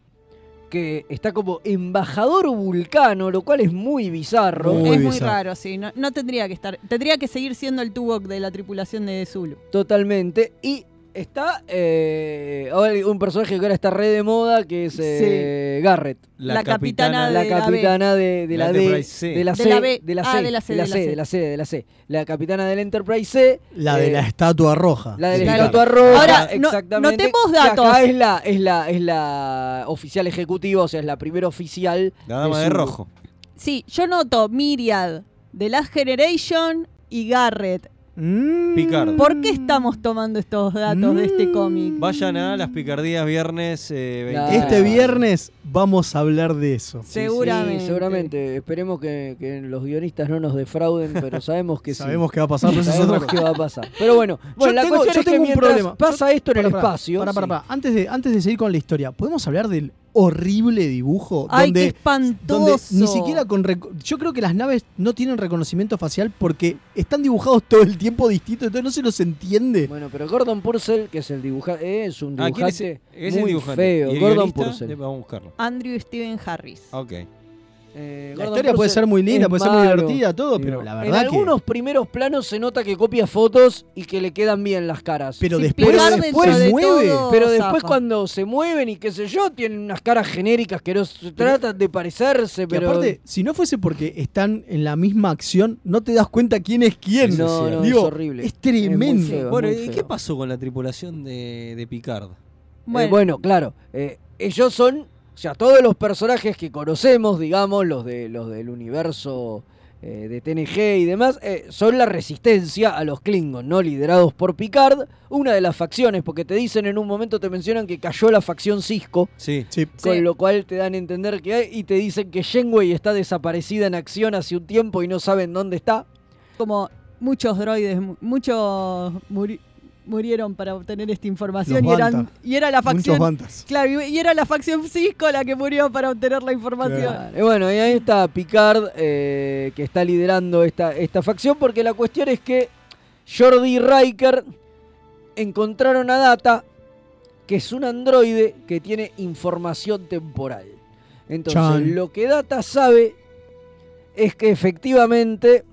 Speaker 1: que está como embajador vulcano, lo cual es muy bizarro. eh,
Speaker 4: es muy raro, sí. No, no tendría que estar. Tendría que seguir siendo el Tuvok de la tripulación de Zulu.
Speaker 1: Totalmente. Y está eh, ahora hay un personaje que ahora está re de moda, que es eh, Garrett.
Speaker 2: La La capitana capitana
Speaker 1: la
Speaker 2: Ah, de la B.
Speaker 1: capitana de, de
Speaker 2: La
Speaker 1: la D,
Speaker 2: Enterprise C.
Speaker 1: de la
Speaker 4: De
Speaker 1: C,
Speaker 4: la B.
Speaker 1: de la
Speaker 4: Ah,
Speaker 1: C,
Speaker 4: de la C,
Speaker 1: de la C, de la C, de la C. La capitana del Enterprise C.
Speaker 5: La de
Speaker 1: eh,
Speaker 5: la estatua roja.
Speaker 1: La del
Speaker 5: Sí,
Speaker 1: estatua
Speaker 5: claro.
Speaker 1: roja,
Speaker 4: Ahora, no-
Speaker 1: exactamente.
Speaker 4: notemos
Speaker 1: que acá
Speaker 4: datos.
Speaker 1: es la, es la, es la oficial ejecutiva, o sea, es la primera oficial.
Speaker 2: La dama de
Speaker 1: Zulu.
Speaker 2: rojo.
Speaker 4: Sí, yo noto Myriad, The Last Generation y Garrett.
Speaker 5: Mm.
Speaker 2: Picard.
Speaker 4: ¿Por qué estamos tomando estos datos de este cómic?
Speaker 2: Vayan a las picardías viernes eh, 20.
Speaker 1: Ah.
Speaker 5: Este viernes vamos a hablar de eso.
Speaker 1: Seguramente. seguramente. Esperemos que, que los guionistas no nos defrauden, pero sabemos que sí.
Speaker 5: Sabemos que va a pasar, pero eso es
Speaker 1: Sabemos
Speaker 5: otra cosa.
Speaker 1: que va a pasar. Pero bueno, bueno la cuestión es que mientras pasa esto en el espacio.
Speaker 5: Para, para, para. Antes, de, antes de seguir con la historia, ¿podemos hablar del horrible dibujo?
Speaker 4: Ay,
Speaker 5: donde,
Speaker 4: qué espantoso.
Speaker 5: donde ni siquiera con. reco- Yo creo que las naves no tienen reconocimiento facial porque están dibujados todo el tiempo distinto, entonces no se los entiende.
Speaker 1: Bueno, pero Gordon Purcell, que es el dibujante, es un
Speaker 5: Ah,
Speaker 1: Este dibujante
Speaker 5: ¿quién es
Speaker 2: Es
Speaker 1: muy
Speaker 2: el dibujante.
Speaker 1: feo.
Speaker 2: ¿Y el
Speaker 1: Gordon
Speaker 2: guionista?
Speaker 1: Purcell.
Speaker 2: Eh, Vamos a buscarlo.
Speaker 4: Andrew Steven Harris.
Speaker 2: Ok.
Speaker 1: Eh, Gordon
Speaker 5: La historia puede
Speaker 1: Purcell
Speaker 5: ser muy linda,
Speaker 1: es
Speaker 5: puede ser muy
Speaker 1: malo.
Speaker 5: divertida, todo, pero la
Speaker 1: En
Speaker 5: verdad que.
Speaker 1: algunos primeros planos se nota que copia fotos y que le quedan bien las caras.
Speaker 5: Pero Sí, después- Picard dentro después de mueve. todo
Speaker 1: Pero después
Speaker 5: zafa.
Speaker 1: cuando se mueven y qué sé yo, tienen unas caras genéricas que no se tratan de parecerse,
Speaker 5: que
Speaker 1: pero...
Speaker 5: aparte, si no fuese porque están en la misma acción, no te das cuenta quién es quién.
Speaker 1: No, no,
Speaker 5: Digo,
Speaker 1: es horrible. Eh,
Speaker 5: Es tremendo.
Speaker 2: bueno, ¿y qué pasó con la tripulación de, de Picard?
Speaker 1: Bueno, bueno claro. eh, ellos son, o sea, todos los personajes que conocemos, digamos, los, de, los del universo eh, de TNG y demás, eh, son la resistencia a los Klingon, ¿no? Liderados por Picard, una de las facciones, porque te dicen en un momento, te mencionan que cayó la facción Cisco.
Speaker 2: Sí.
Speaker 1: Con
Speaker 2: Sí.
Speaker 1: lo cual te dan a entender que hay, y te dicen que Shenwei está desaparecida en acción hace un tiempo y no saben dónde está.
Speaker 4: Como muchos droides, mu- muchos muri- murieron para obtener esta información
Speaker 1: Los
Speaker 4: y eran
Speaker 1: Banta.
Speaker 4: y era la
Speaker 1: Muchos
Speaker 4: facción
Speaker 1: Bantas.
Speaker 4: claro, y y era la facción Cisco la que murió para obtener la información.
Speaker 1: Claro. Y Eh, bueno, y ahí está Picard eh, que está liderando esta, esta facción porque la cuestión es que Jordi y Riker encontraron a Data, que es un androide que tiene información temporal. Entonces,
Speaker 5: Chan.
Speaker 1: lo que Data sabe es que efectivamente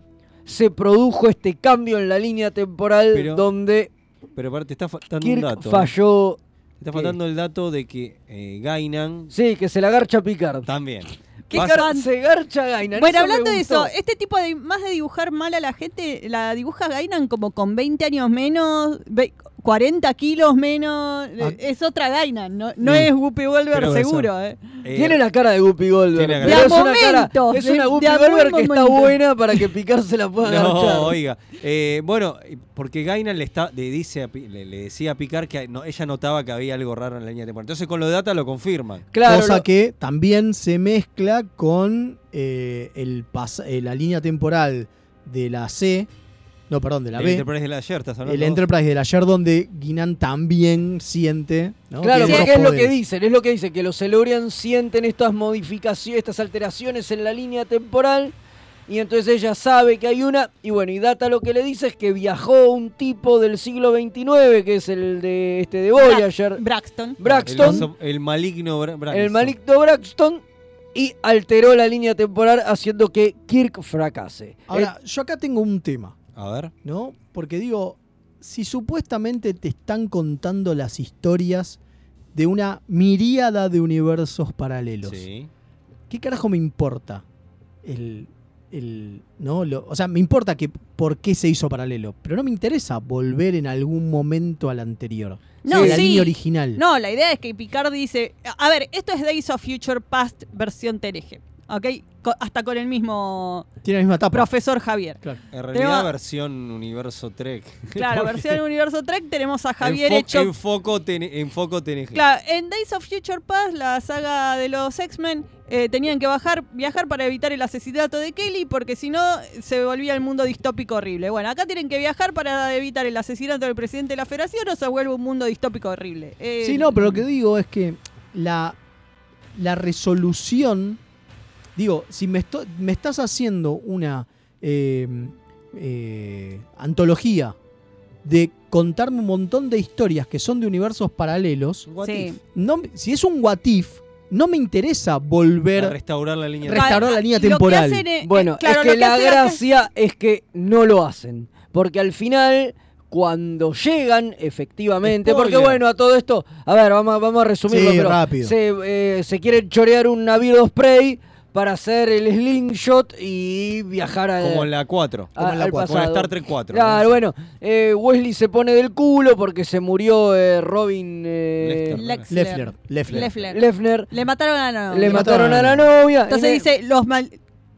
Speaker 1: se produjo este cambio en la línea temporal
Speaker 2: Pero-
Speaker 1: donde
Speaker 2: Pero aparte, está faltando
Speaker 1: Kirk
Speaker 2: un dato. ¿eh?
Speaker 1: falló.
Speaker 2: Está
Speaker 1: ¿Qué?
Speaker 2: faltando el dato de que eh, Gainan.
Speaker 1: Sí, que se la garcha Picard.
Speaker 2: También.
Speaker 1: ¿Qué
Speaker 2: Vas-
Speaker 1: gar- se garcha Gaina?
Speaker 4: Bueno, hablando de eso, este tipo de más de dibujar mal a la gente, la dibuja Gainan como con 20 años menos, ve- 40 kilos menos.
Speaker 1: Ah.
Speaker 4: eh, Es otra gaina, no, no
Speaker 1: Mm.
Speaker 4: es Guppy Wolver
Speaker 1: Pero eso.
Speaker 4: seguro. eh.
Speaker 1: Tiene la cara de Guppy Goldberg.
Speaker 2: Tiene la
Speaker 1: pero
Speaker 2: cara.
Speaker 1: es,
Speaker 2: De a
Speaker 1: una cara,
Speaker 4: momentos,
Speaker 1: es una
Speaker 4: de-
Speaker 1: Guppy
Speaker 4: de a buen
Speaker 1: Goldberg que está
Speaker 4: momento.
Speaker 1: buena para que Picard se la pueda
Speaker 2: No,
Speaker 1: agarrar.
Speaker 2: oiga. Eh, bueno, porque Gaina le, está, le, dice a Pi- le, le decía a Picard que no- ella notaba que había algo raro en la línea temporal. Entonces con lo de data lo confirman.
Speaker 5: Cosa que también se mezcla con eh, el pas- eh, la línea temporal de la C. No, perdón, de la
Speaker 2: el
Speaker 5: B.
Speaker 2: Enterprise de la ayer, estás hablando.
Speaker 5: el
Speaker 2: vos?
Speaker 5: Enterprise del ayer, donde Guinan también siente. ¿no?
Speaker 1: Claro,
Speaker 5: Tiene
Speaker 1: porque es
Speaker 5: esos
Speaker 1: lo que
Speaker 5: poderes.
Speaker 1: dicen, es lo que dicen, que los Elorian sienten estas modificaciones, estas alteraciones en la línea temporal, y entonces ella sabe que hay una, y bueno, y Data lo que le dice es que viajó un tipo del siglo XXIX, que es el de este de Voyager,
Speaker 4: Braxton.
Speaker 1: Braxton,
Speaker 2: El, maso- el maligno Bra- Braxton.
Speaker 1: el maligno Braxton, y alteró la línea temporal haciendo que Kirk fracase.
Speaker 5: Ahora, yo acá tengo un tema,
Speaker 2: A ver.
Speaker 5: ¿no? Porque digo, si supuestamente te están contando las historias de una miríada de universos paralelos,
Speaker 2: Sí.
Speaker 5: ¿qué carajo me importa? El, el- ¿no? Lo- o sea, me importa que por qué se hizo paralelo, pero no me interesa volver en algún momento al anterior.
Speaker 4: No,
Speaker 5: a la
Speaker 4: sí.
Speaker 5: línea original.
Speaker 4: No, la idea es que Picard dice, a ver, esto es Days of Future Past versión Tereje, ¿ok? Co- hasta con el mismo
Speaker 5: Tiene la misma tapa.
Speaker 4: profesor Javier.
Speaker 5: Claro.
Speaker 2: En realidad,
Speaker 4: Tema-
Speaker 2: versión universo Trek.
Speaker 4: Claro,
Speaker 2: Porque
Speaker 4: versión Universo Trek tenemos a Javier
Speaker 2: en fo-
Speaker 4: hecho...
Speaker 2: En foco, ten- en foco TNG.
Speaker 4: Claro, en Days of Future Past, la saga de los X-Men, eh, tenían que bajar, viajar para evitar el asesinato de Kelly, porque si no se volvía el mundo distópico horrible. Bueno, acá tienen que viajar para evitar el asesinato del presidente de la federación o se vuelve un mundo distópico horrible. Eh,
Speaker 5: Sí, no, pero lo que digo es que la, la resolución. Digo, si me, esto- me estás haciendo una eh, eh, antología de contarme un montón de historias que son de universos paralelos,
Speaker 2: What
Speaker 4: Sí. if.
Speaker 5: no me- si es un what if, no me interesa volver
Speaker 2: A restaurar la línea.
Speaker 5: restaurar la línea
Speaker 4: lo que
Speaker 5: temporal.
Speaker 4: hacen es-
Speaker 1: Bueno,
Speaker 4: eh, claro,
Speaker 1: es
Speaker 4: lo
Speaker 1: que
Speaker 4: que
Speaker 1: la
Speaker 4: hacen acá es-
Speaker 1: gracia es que no lo hacen. Porque al final, cuando llegan, efectivamente,
Speaker 2: Spoiler.
Speaker 1: porque bueno, a todo esto, a ver, vamos, a- vamos a resumirlo,
Speaker 5: Sí,
Speaker 1: pero
Speaker 5: rápido.
Speaker 1: Se, eh, se quieren chorear un navío de spray para hacer el slingshot y viajar a...
Speaker 2: Como en la 4.
Speaker 1: Como en la Ah, al 4.
Speaker 2: Como en
Speaker 1: pasado.
Speaker 2: Star Trek 4.
Speaker 1: Claro,
Speaker 2: ¿no?
Speaker 1: bueno, eh, Wesley se pone del culo porque se murió eh, Robin eh,
Speaker 4: Lexler.
Speaker 5: Leffler, Leffler.
Speaker 4: Leffler.
Speaker 1: Lefner.
Speaker 4: Le mataron a la novia.
Speaker 1: Le mataron a la novia.
Speaker 4: Ah, Entonces
Speaker 1: En-
Speaker 4: dice, los mal-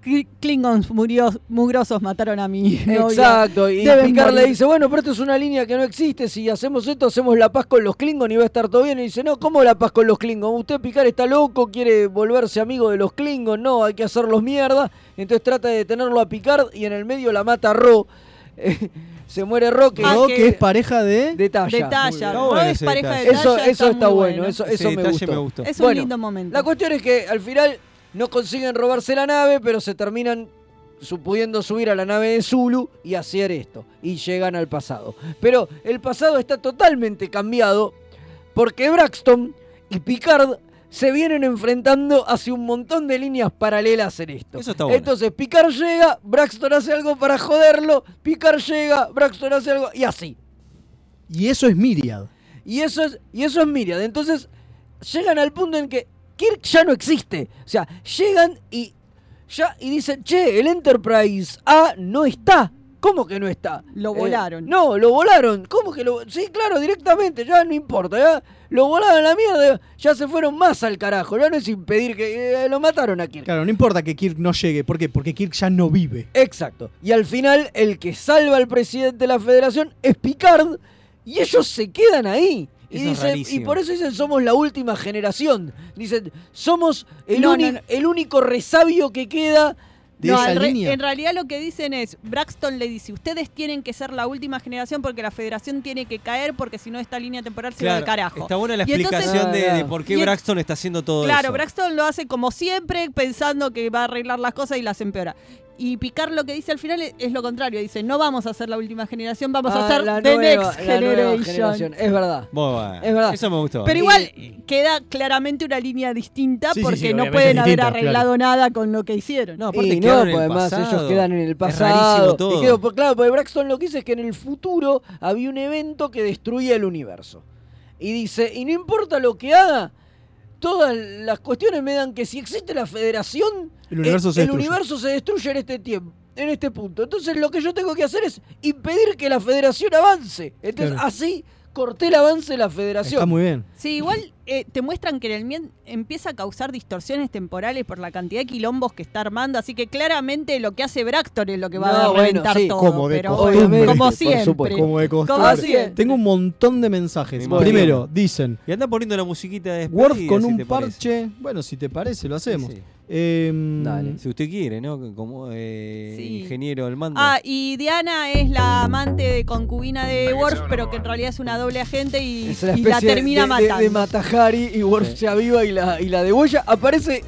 Speaker 4: Kli- Klingons murió, mugrosos mataron a mi novia.
Speaker 1: Exacto, y
Speaker 4: Deben
Speaker 1: Picard le
Speaker 4: morir.
Speaker 1: dice, bueno, pero esto es una línea que no existe, si hacemos esto, hacemos la paz con los Klingon y va a estar todo bien. Y dice, no, ¿cómo la paz con los Klingon? Usted Picard está loco, quiere volverse amigo de los Klingon, no, hay que hacerlos mierda. Entonces trata de detenerlo a Picard y en el medio la mata Ro. Eh, Se muere Ro, que,
Speaker 4: Ah,
Speaker 5: Creo
Speaker 4: que-
Speaker 5: que es pareja de.
Speaker 1: de talla.
Speaker 4: De talla.
Speaker 2: Está
Speaker 4: No
Speaker 2: bueno
Speaker 4: es
Speaker 2: ese
Speaker 4: pareja de
Speaker 2: detalle.
Speaker 4: talla.
Speaker 1: Eso, eso está,
Speaker 4: muy
Speaker 1: bueno, eso,
Speaker 2: Ese
Speaker 1: eso me,
Speaker 2: detalle
Speaker 1: gustó.
Speaker 2: me gustó.
Speaker 4: Es un
Speaker 1: Bueno,
Speaker 4: lindo momento.
Speaker 1: La cuestión es que al final no consiguen robarse la nave, pero se terminan su- pudiendo subir a la nave de Zulu y hacer esto. Y llegan al pasado. Pero el pasado está totalmente cambiado porque Braxton y Picard se vienen enfrentando hacia un montón de líneas paralelas en esto.
Speaker 2: Eso está bueno.
Speaker 1: Entonces Picard llega, Braxton hace algo para joderlo, Picard llega, Braxton hace algo y así.
Speaker 5: Y eso es Myriad.
Speaker 1: Y eso es, y eso es Myriad. Entonces, llegan al punto en que Kirk ya no existe. O sea, llegan y ya y dicen, che, el Enterprise A no está. ¿Cómo que no está?
Speaker 4: Lo
Speaker 1: Eh,
Speaker 4: volaron.
Speaker 1: no, lo volaron. ¿Cómo que lo Sí, claro, directamente, ya no importa, ya lo volaron a la mierda, ya se fueron más al carajo, ya no es impedir que eh, lo mataron a Kirk.
Speaker 5: Claro, no importa que Kirk no llegue. ¿Por qué? Porque Kirk ya no vive.
Speaker 1: Exacto. Y al final, el que salva al presidente de la federación es Picard. Y ellos se quedan ahí. Y,
Speaker 2: Eso es
Speaker 1: dicen, y
Speaker 2: rarísimo.
Speaker 1: por eso dicen, somos la última generación. Dicen, somos el,
Speaker 4: No,
Speaker 1: uni-
Speaker 4: no, no.
Speaker 1: el único resabio que queda.
Speaker 5: De
Speaker 4: No,
Speaker 5: esa
Speaker 4: en, re-
Speaker 5: línea.
Speaker 4: en realidad lo que dicen es, Braxton le dice, ustedes tienen que ser la última generación porque la federación tiene que caer porque si no esta línea temporal se va al
Speaker 2: Claro,
Speaker 4: carajo.
Speaker 2: Está buena la
Speaker 4: Y entonces-
Speaker 2: explicación de- de,
Speaker 1: Claro.
Speaker 2: por qué
Speaker 4: Y en-
Speaker 2: Braxton está haciendo todo
Speaker 4: Claro,
Speaker 2: eso.
Speaker 4: Braxton lo hace como siempre pensando que va a arreglar las cosas y las empeora. Y Picard lo que dice al final es, es lo contrario, dice, no vamos a ser la última generación, vamos a
Speaker 1: Ah,
Speaker 4: ser
Speaker 1: la
Speaker 4: The
Speaker 1: nueva-
Speaker 4: Next
Speaker 1: la nueva
Speaker 4: Generation.
Speaker 1: generación. Es verdad.
Speaker 2: Muy bueno.
Speaker 1: Es verdad.
Speaker 2: Eso me gustó.
Speaker 4: Pero
Speaker 1: Y-
Speaker 4: igual eh, queda claramente una línea distinta
Speaker 5: Sí, sí,
Speaker 4: porque
Speaker 5: sí,
Speaker 4: no
Speaker 5: obviamente
Speaker 4: pueden
Speaker 5: es
Speaker 4: haber
Speaker 5: distinta,
Speaker 4: arreglado nada con lo que hicieron.
Speaker 2: No, aparte
Speaker 1: Y no,
Speaker 2: quedaron en
Speaker 1: porque
Speaker 2: el
Speaker 1: además
Speaker 2: pasado.
Speaker 1: ellos quedan en el
Speaker 2: Es
Speaker 1: pasado.
Speaker 2: rarísimo
Speaker 1: Y
Speaker 2: todo.
Speaker 1: quedó- por- claro, porque Braxton lo que dice es que en el futuro había un evento que destruía el universo. Y dice, y no importa lo que haga, todas las cuestiones me dan que si existe la federación,
Speaker 5: El universo
Speaker 1: eh,
Speaker 5: se
Speaker 1: el
Speaker 5: destruye.
Speaker 1: universo se destruye en este tiempo. En este punto. Entonces lo que yo tengo que hacer es impedir que la federación avance. Entonces
Speaker 5: Claro.
Speaker 1: así corté el avance de la federación.
Speaker 5: Está muy bien.
Speaker 4: Sí, igual eh, te muestran que en el Mien empieza a causar distorsiones temporales por la cantidad de quilombos que está armando, así que claramente lo que hace Bractor es lo que va a
Speaker 1: No, bueno,
Speaker 4: reventar
Speaker 1: sí,
Speaker 4: todo.
Speaker 1: como de
Speaker 4: pero
Speaker 1: costumbre,
Speaker 4: bueno, como
Speaker 1: por
Speaker 4: siempre.
Speaker 1: supuesto.
Speaker 5: Como de costumbre.
Speaker 4: Como siempre.
Speaker 5: Tengo un montón de mensajes.
Speaker 2: Bueno.
Speaker 5: Primero, dicen.
Speaker 2: Y anda poniendo la musiquita de
Speaker 5: Word
Speaker 2: despedida,
Speaker 5: con
Speaker 2: si
Speaker 5: un
Speaker 2: te parece.
Speaker 5: parche. Bueno, si te parece, lo
Speaker 2: Sí,
Speaker 5: hacemos.
Speaker 2: sí.
Speaker 5: Em,
Speaker 2: Si usted quiere, ¿no? Como eh,
Speaker 4: Sí.
Speaker 2: ingeniero del mando.
Speaker 4: Ah, y Diana es la amante de concubina de Worf, pero que en realidad es una doble agente y,
Speaker 1: Es una
Speaker 4: y la
Speaker 1: especie de-
Speaker 4: termina
Speaker 1: de,
Speaker 4: matando.
Speaker 1: De, Matajari y Worf
Speaker 2: Sí.
Speaker 1: se aviva y la, y la degolla. Aparece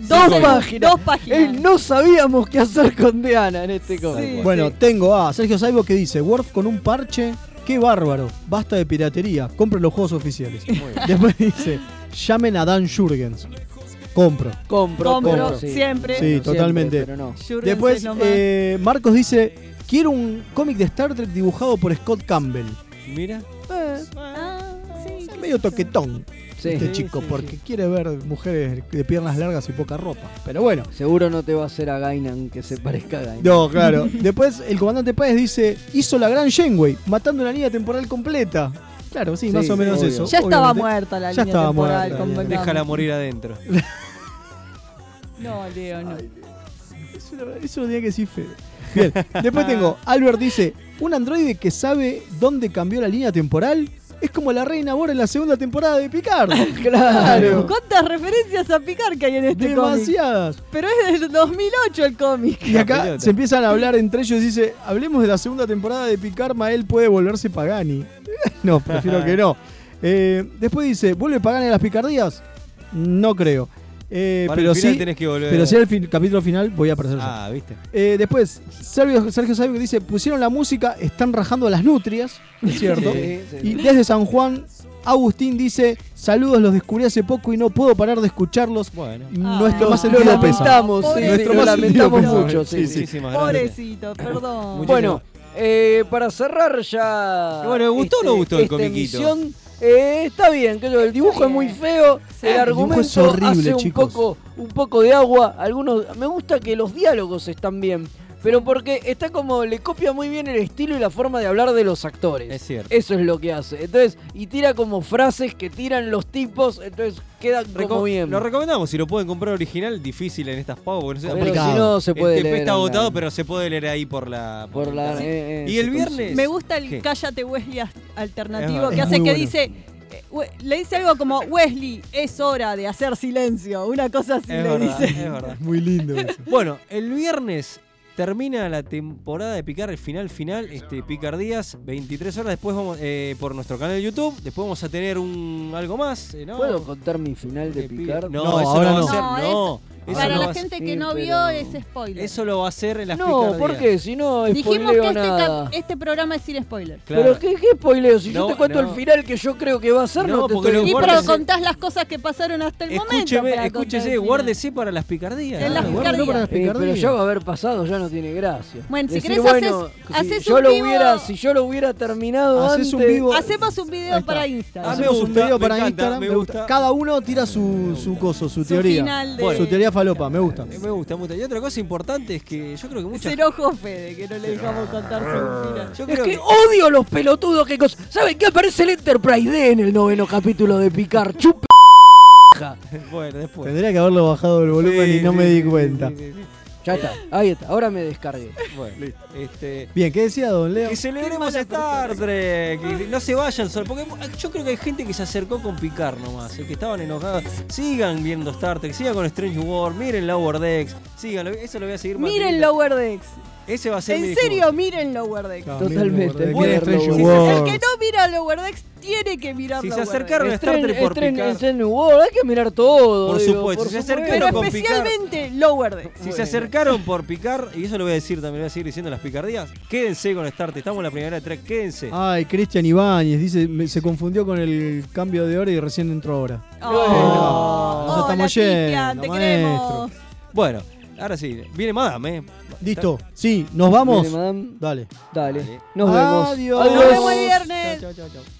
Speaker 4: Sí,
Speaker 1: dos
Speaker 4: con-
Speaker 1: páginas.
Speaker 4: dos páginas.
Speaker 1: Eh, no sabíamos qué hacer con Deana en este cómic.
Speaker 5: Bueno, tengo a Sergio Saibo que dice, Word con un parche, qué bárbaro, basta de piratería, compre los juegos oficiales. Después dice, llamen a Dan Jurgens. Compro.
Speaker 1: Compro,
Speaker 4: Compro,
Speaker 1: compro.
Speaker 4: sí. siempre.
Speaker 5: Sí,
Speaker 1: Siempre,
Speaker 5: totalmente.
Speaker 1: pero no.
Speaker 4: Jurgens es
Speaker 5: Después
Speaker 4: lo más.
Speaker 5: eh, Marcos dice, quiero un cómic de Star Trek dibujado por Scott Campbell.
Speaker 2: Mira.
Speaker 4: Eh, ah, sí,
Speaker 5: Es medio toquetón
Speaker 1: Sí.
Speaker 5: este
Speaker 1: Sí,
Speaker 5: chico,
Speaker 1: sí,
Speaker 5: porque quiere ver mujeres de piernas largas y poca ropa. Pero bueno.
Speaker 1: Seguro no te va a hacer a Gainan que se parezca a Gainan.
Speaker 5: No, claro. Después el comandante Páez dice, hizo la gran Shenway, matando una línea temporal completa. Claro, sí,
Speaker 1: Sí,
Speaker 5: más o
Speaker 1: sí,
Speaker 5: menos
Speaker 1: obvio.
Speaker 5: eso.
Speaker 4: Ya estaba
Speaker 5: obviamente.
Speaker 4: muerta la
Speaker 5: Ya
Speaker 4: línea
Speaker 5: estaba
Speaker 4: temporal,
Speaker 5: muerta,
Speaker 4: convengamos.
Speaker 2: Déjala morir adentro.
Speaker 1: Eh,
Speaker 4: No, Leo, no.
Speaker 5: Eso, lo- eso lo tenía que decir Fede. Bien, después tengo, Albert dice, un androide que sabe dónde cambió la línea temporal es como la reina Bora en la segunda temporada de Picard. claro.
Speaker 4: ¿Cuántas referencias a picar que hay en este cómic?
Speaker 5: Demasiadas.
Speaker 4: Pero es del 2008 el cómic.
Speaker 5: Y acá se empiezan a hablar entre ellos y dice, hablemos de la segunda temporada de Picard, Mael puede volverse Pagani. no, prefiero que no. Eh, después dice, ¿vuelve Pagani a las picardías? No creo. Eh,
Speaker 2: Para el
Speaker 5: pero
Speaker 2: final
Speaker 5: sí,
Speaker 2: tenés que volver.
Speaker 5: pero sí al fin- capítulo final voy a aparecer yo.
Speaker 2: Ah, viste.
Speaker 5: Eh, después, Sergio, Sergio Sabio que dice, pusieron la música, están rajando a las nutrias, es cierto.
Speaker 1: Sí, sí,
Speaker 5: Y desde San Juan, Agustín dice, saludos, los descubrí hace poco y no puedo parar de escucharlos.
Speaker 2: Bueno.
Speaker 5: Nuestro
Speaker 1: Ah,
Speaker 5: más
Speaker 1: lo
Speaker 5: sentido pesa.
Speaker 1: lamentamos, sí,
Speaker 5: Nuestro
Speaker 1: sí, lo
Speaker 5: más sentido
Speaker 1: lamentamos
Speaker 5: pesa.
Speaker 1: mucho, sí, sí.
Speaker 2: Muchísimas gracias.
Speaker 4: Pobrecito, perdón.
Speaker 1: Bueno, eh, para cerrar ya. este,
Speaker 2: Y bueno, ¿le gustó o no gustó el
Speaker 1: esta
Speaker 2: comiquito?
Speaker 1: emisión, eh, está bien, creo, el dibujo es muy feo, el
Speaker 5: El dibujo
Speaker 1: argumento
Speaker 5: es horrible,
Speaker 1: hace un
Speaker 5: chicos.
Speaker 1: poco, un poco de agua. Algunos, me gusta que los diálogos están bien, pero porque está como le copia muy bien el estilo y la forma de hablar de los actores.
Speaker 2: Es cierto.
Speaker 1: Eso es lo que hace. Entonces, y tira como frases que tiran los tipos, entonces queda como
Speaker 2: Reco-
Speaker 1: bien.
Speaker 2: Lo recomendamos, si lo pueden comprar original, difícil en estas pagos, porque no sé,
Speaker 1: Pero
Speaker 2: aparte-
Speaker 1: si no, se puede
Speaker 2: El TP
Speaker 1: leer
Speaker 2: Este, está
Speaker 1: online.
Speaker 2: agotado, pero se puede leer ahí por la.
Speaker 1: Por la-
Speaker 2: Sí.
Speaker 1: eh, eh,
Speaker 2: y
Speaker 1: se
Speaker 2: el
Speaker 1: consigue.
Speaker 2: viernes.
Speaker 4: Me gusta el
Speaker 2: ¿Qué?
Speaker 4: cállate Wesley as-
Speaker 2: Es
Speaker 4: alternativo
Speaker 2: verdad.
Speaker 4: que
Speaker 2: Es
Speaker 4: hace que
Speaker 2: muy bueno.
Speaker 4: dice. eh, we- Le dice algo como, Wesley, es hora de hacer silencio. Una cosa así
Speaker 2: Es
Speaker 4: le
Speaker 2: verdad,
Speaker 4: dice.
Speaker 2: es verdad.
Speaker 5: Muy lindo eso.
Speaker 2: Bueno, el viernes termina la temporada de Picar, el final final, este Picardías, 23 horas después vamos eh, por nuestro canal de YouTube, después vamos a tener un algo más, eh, ¿no? Eh,
Speaker 1: ¿Puedo contar mi final de Picard?
Speaker 2: No,
Speaker 5: No,
Speaker 2: eso
Speaker 5: ahora
Speaker 2: no va a
Speaker 5: no.
Speaker 2: ser,
Speaker 4: No,
Speaker 2: no. eso
Speaker 4: Para
Speaker 2: no va
Speaker 4: la
Speaker 2: a ser-
Speaker 4: gente
Speaker 1: sí,
Speaker 4: que no
Speaker 1: pero-
Speaker 4: vio es spoiler.
Speaker 2: Eso lo va a hacer en las
Speaker 1: No,
Speaker 2: Picardías.
Speaker 1: ¿por qué? Si no,
Speaker 4: Dijimos
Speaker 1: spoileo
Speaker 4: que este,
Speaker 1: nada.
Speaker 4: cap- este programa es sin spoiler.
Speaker 2: Claro.
Speaker 1: Pero ¿qué, qué spoileo? Si
Speaker 2: No,
Speaker 1: yo te cuento
Speaker 2: no.
Speaker 1: el final que yo creo que va a ser, no,
Speaker 2: No,
Speaker 1: te
Speaker 2: porque
Speaker 1: estoy...
Speaker 2: lo
Speaker 4: Sí,
Speaker 2: Pero
Speaker 4: pero
Speaker 2: guárdese.
Speaker 4: contás las cosas que pasaron hasta el momento.
Speaker 2: Escúcheme,
Speaker 4: para contar
Speaker 2: escúchese,
Speaker 4: el final.
Speaker 2: guárdese para las Picardías.
Speaker 4: En las
Speaker 2: Claro.
Speaker 4: Picardías.
Speaker 5: Guárdalo para las
Speaker 1: Eh, pero
Speaker 5: picardías.
Speaker 1: ya va a haber pasado, ya no tiene gracia.
Speaker 4: Bueno, si
Speaker 1: Decir,
Speaker 4: querés
Speaker 1: bueno,
Speaker 4: haces-
Speaker 1: si
Speaker 4: haces
Speaker 1: yo
Speaker 4: un
Speaker 1: lo
Speaker 4: vivo-
Speaker 1: hubiera, si yo lo hubiera terminado
Speaker 5: Haces
Speaker 1: antes,
Speaker 5: un vivo-
Speaker 4: Hacemos un video
Speaker 5: Ahí
Speaker 4: para
Speaker 5: está.
Speaker 4: Instagram.
Speaker 2: Ah, me
Speaker 5: Hacemos un
Speaker 2: gusta,
Speaker 5: video
Speaker 2: me
Speaker 5: para
Speaker 2: encanta,
Speaker 5: Instagram.
Speaker 2: me
Speaker 5: me gusta.
Speaker 2: gusta.
Speaker 5: Cada uno tira su, su coso, su, teoría.
Speaker 4: final de-
Speaker 5: Su teoría falopa, me gusta.
Speaker 2: Eh, Me gusta, me gusta. Y otra cosa importante es que yo creo que
Speaker 4: Se
Speaker 2: muchas
Speaker 4: enojó Fede, que no le dejamos contar su final.
Speaker 2: yo
Speaker 1: Es
Speaker 2: creo
Speaker 1: que odio los pelotudos que cos- ¿Saben qué? Aparece el Enterprise D en el noveno capítulo de Picard. Chup.
Speaker 4: ¡oh!
Speaker 2: bueno, después.
Speaker 5: Tendría que haberlo bajado el volumen
Speaker 2: Sí,
Speaker 5: y no
Speaker 2: sí,
Speaker 5: me
Speaker 2: sí,
Speaker 5: di
Speaker 2: sí,
Speaker 5: cuenta.
Speaker 2: sí, sí, sí.
Speaker 1: Ya está, ahí está. Ahora me descargué.
Speaker 2: Bueno, este
Speaker 5: Bien, ¿qué decía Don Leo?
Speaker 2: Que celebremos Star Trek. y No se vayan solo. Porque yo creo que hay gente que se acercó con picar nomás. eh, que estaban enojados. Sigan viendo Star Trek. Sigan con Strange War. Miren Lower Decks. Síganlo. Eso lo voy a seguir
Speaker 4: Miren
Speaker 2: manteniendo.
Speaker 4: Lower Decks.
Speaker 2: Ese va a ser mi
Speaker 4: En
Speaker 2: discurso.
Speaker 4: serio, miren Lower Decks.
Speaker 5: Ah,
Speaker 1: Totalmente,
Speaker 5: mira, Mira,
Speaker 1: mierda,
Speaker 5: Strange
Speaker 1: boludo.
Speaker 4: El
Speaker 5: Worlds.
Speaker 4: que no mira Lower Decks tiene que mirar
Speaker 2: Si se
Speaker 4: Lower Decks.
Speaker 2: acercaron a Star Trek por
Speaker 1: Estren-
Speaker 2: picar.
Speaker 1: estren- World, hay que mirar todo.
Speaker 2: Por
Speaker 1: digo,
Speaker 2: supuesto, si se
Speaker 4: Pero
Speaker 2: acercaron con picar.
Speaker 4: especialmente Lower Decks.
Speaker 2: Si se acercaron por picar, y eso lo voy a decir también, lo voy a seguir diciendo en las picardías, quédense con Star Trek. Estamos en la primera de Trek, quédense.
Speaker 5: Ay, Cristian Ibáñez dice, me- se confundió con el cambio de hora y recién entró ahora.
Speaker 4: Oh,
Speaker 5: Nos
Speaker 4: hola,
Speaker 5: estamos yendo,
Speaker 4: Cristian, te
Speaker 5: maestro.
Speaker 4: queremos.
Speaker 2: Bueno, ahora sí, viene Madame, ¿eh?
Speaker 5: Listo, sí, nos vamos.
Speaker 1: Dale, madame,
Speaker 5: Dale.
Speaker 1: dale. Nos vemos.
Speaker 5: Adiós.
Speaker 4: Nos vemos el viernes.
Speaker 5: Chao, chao, chao, chao.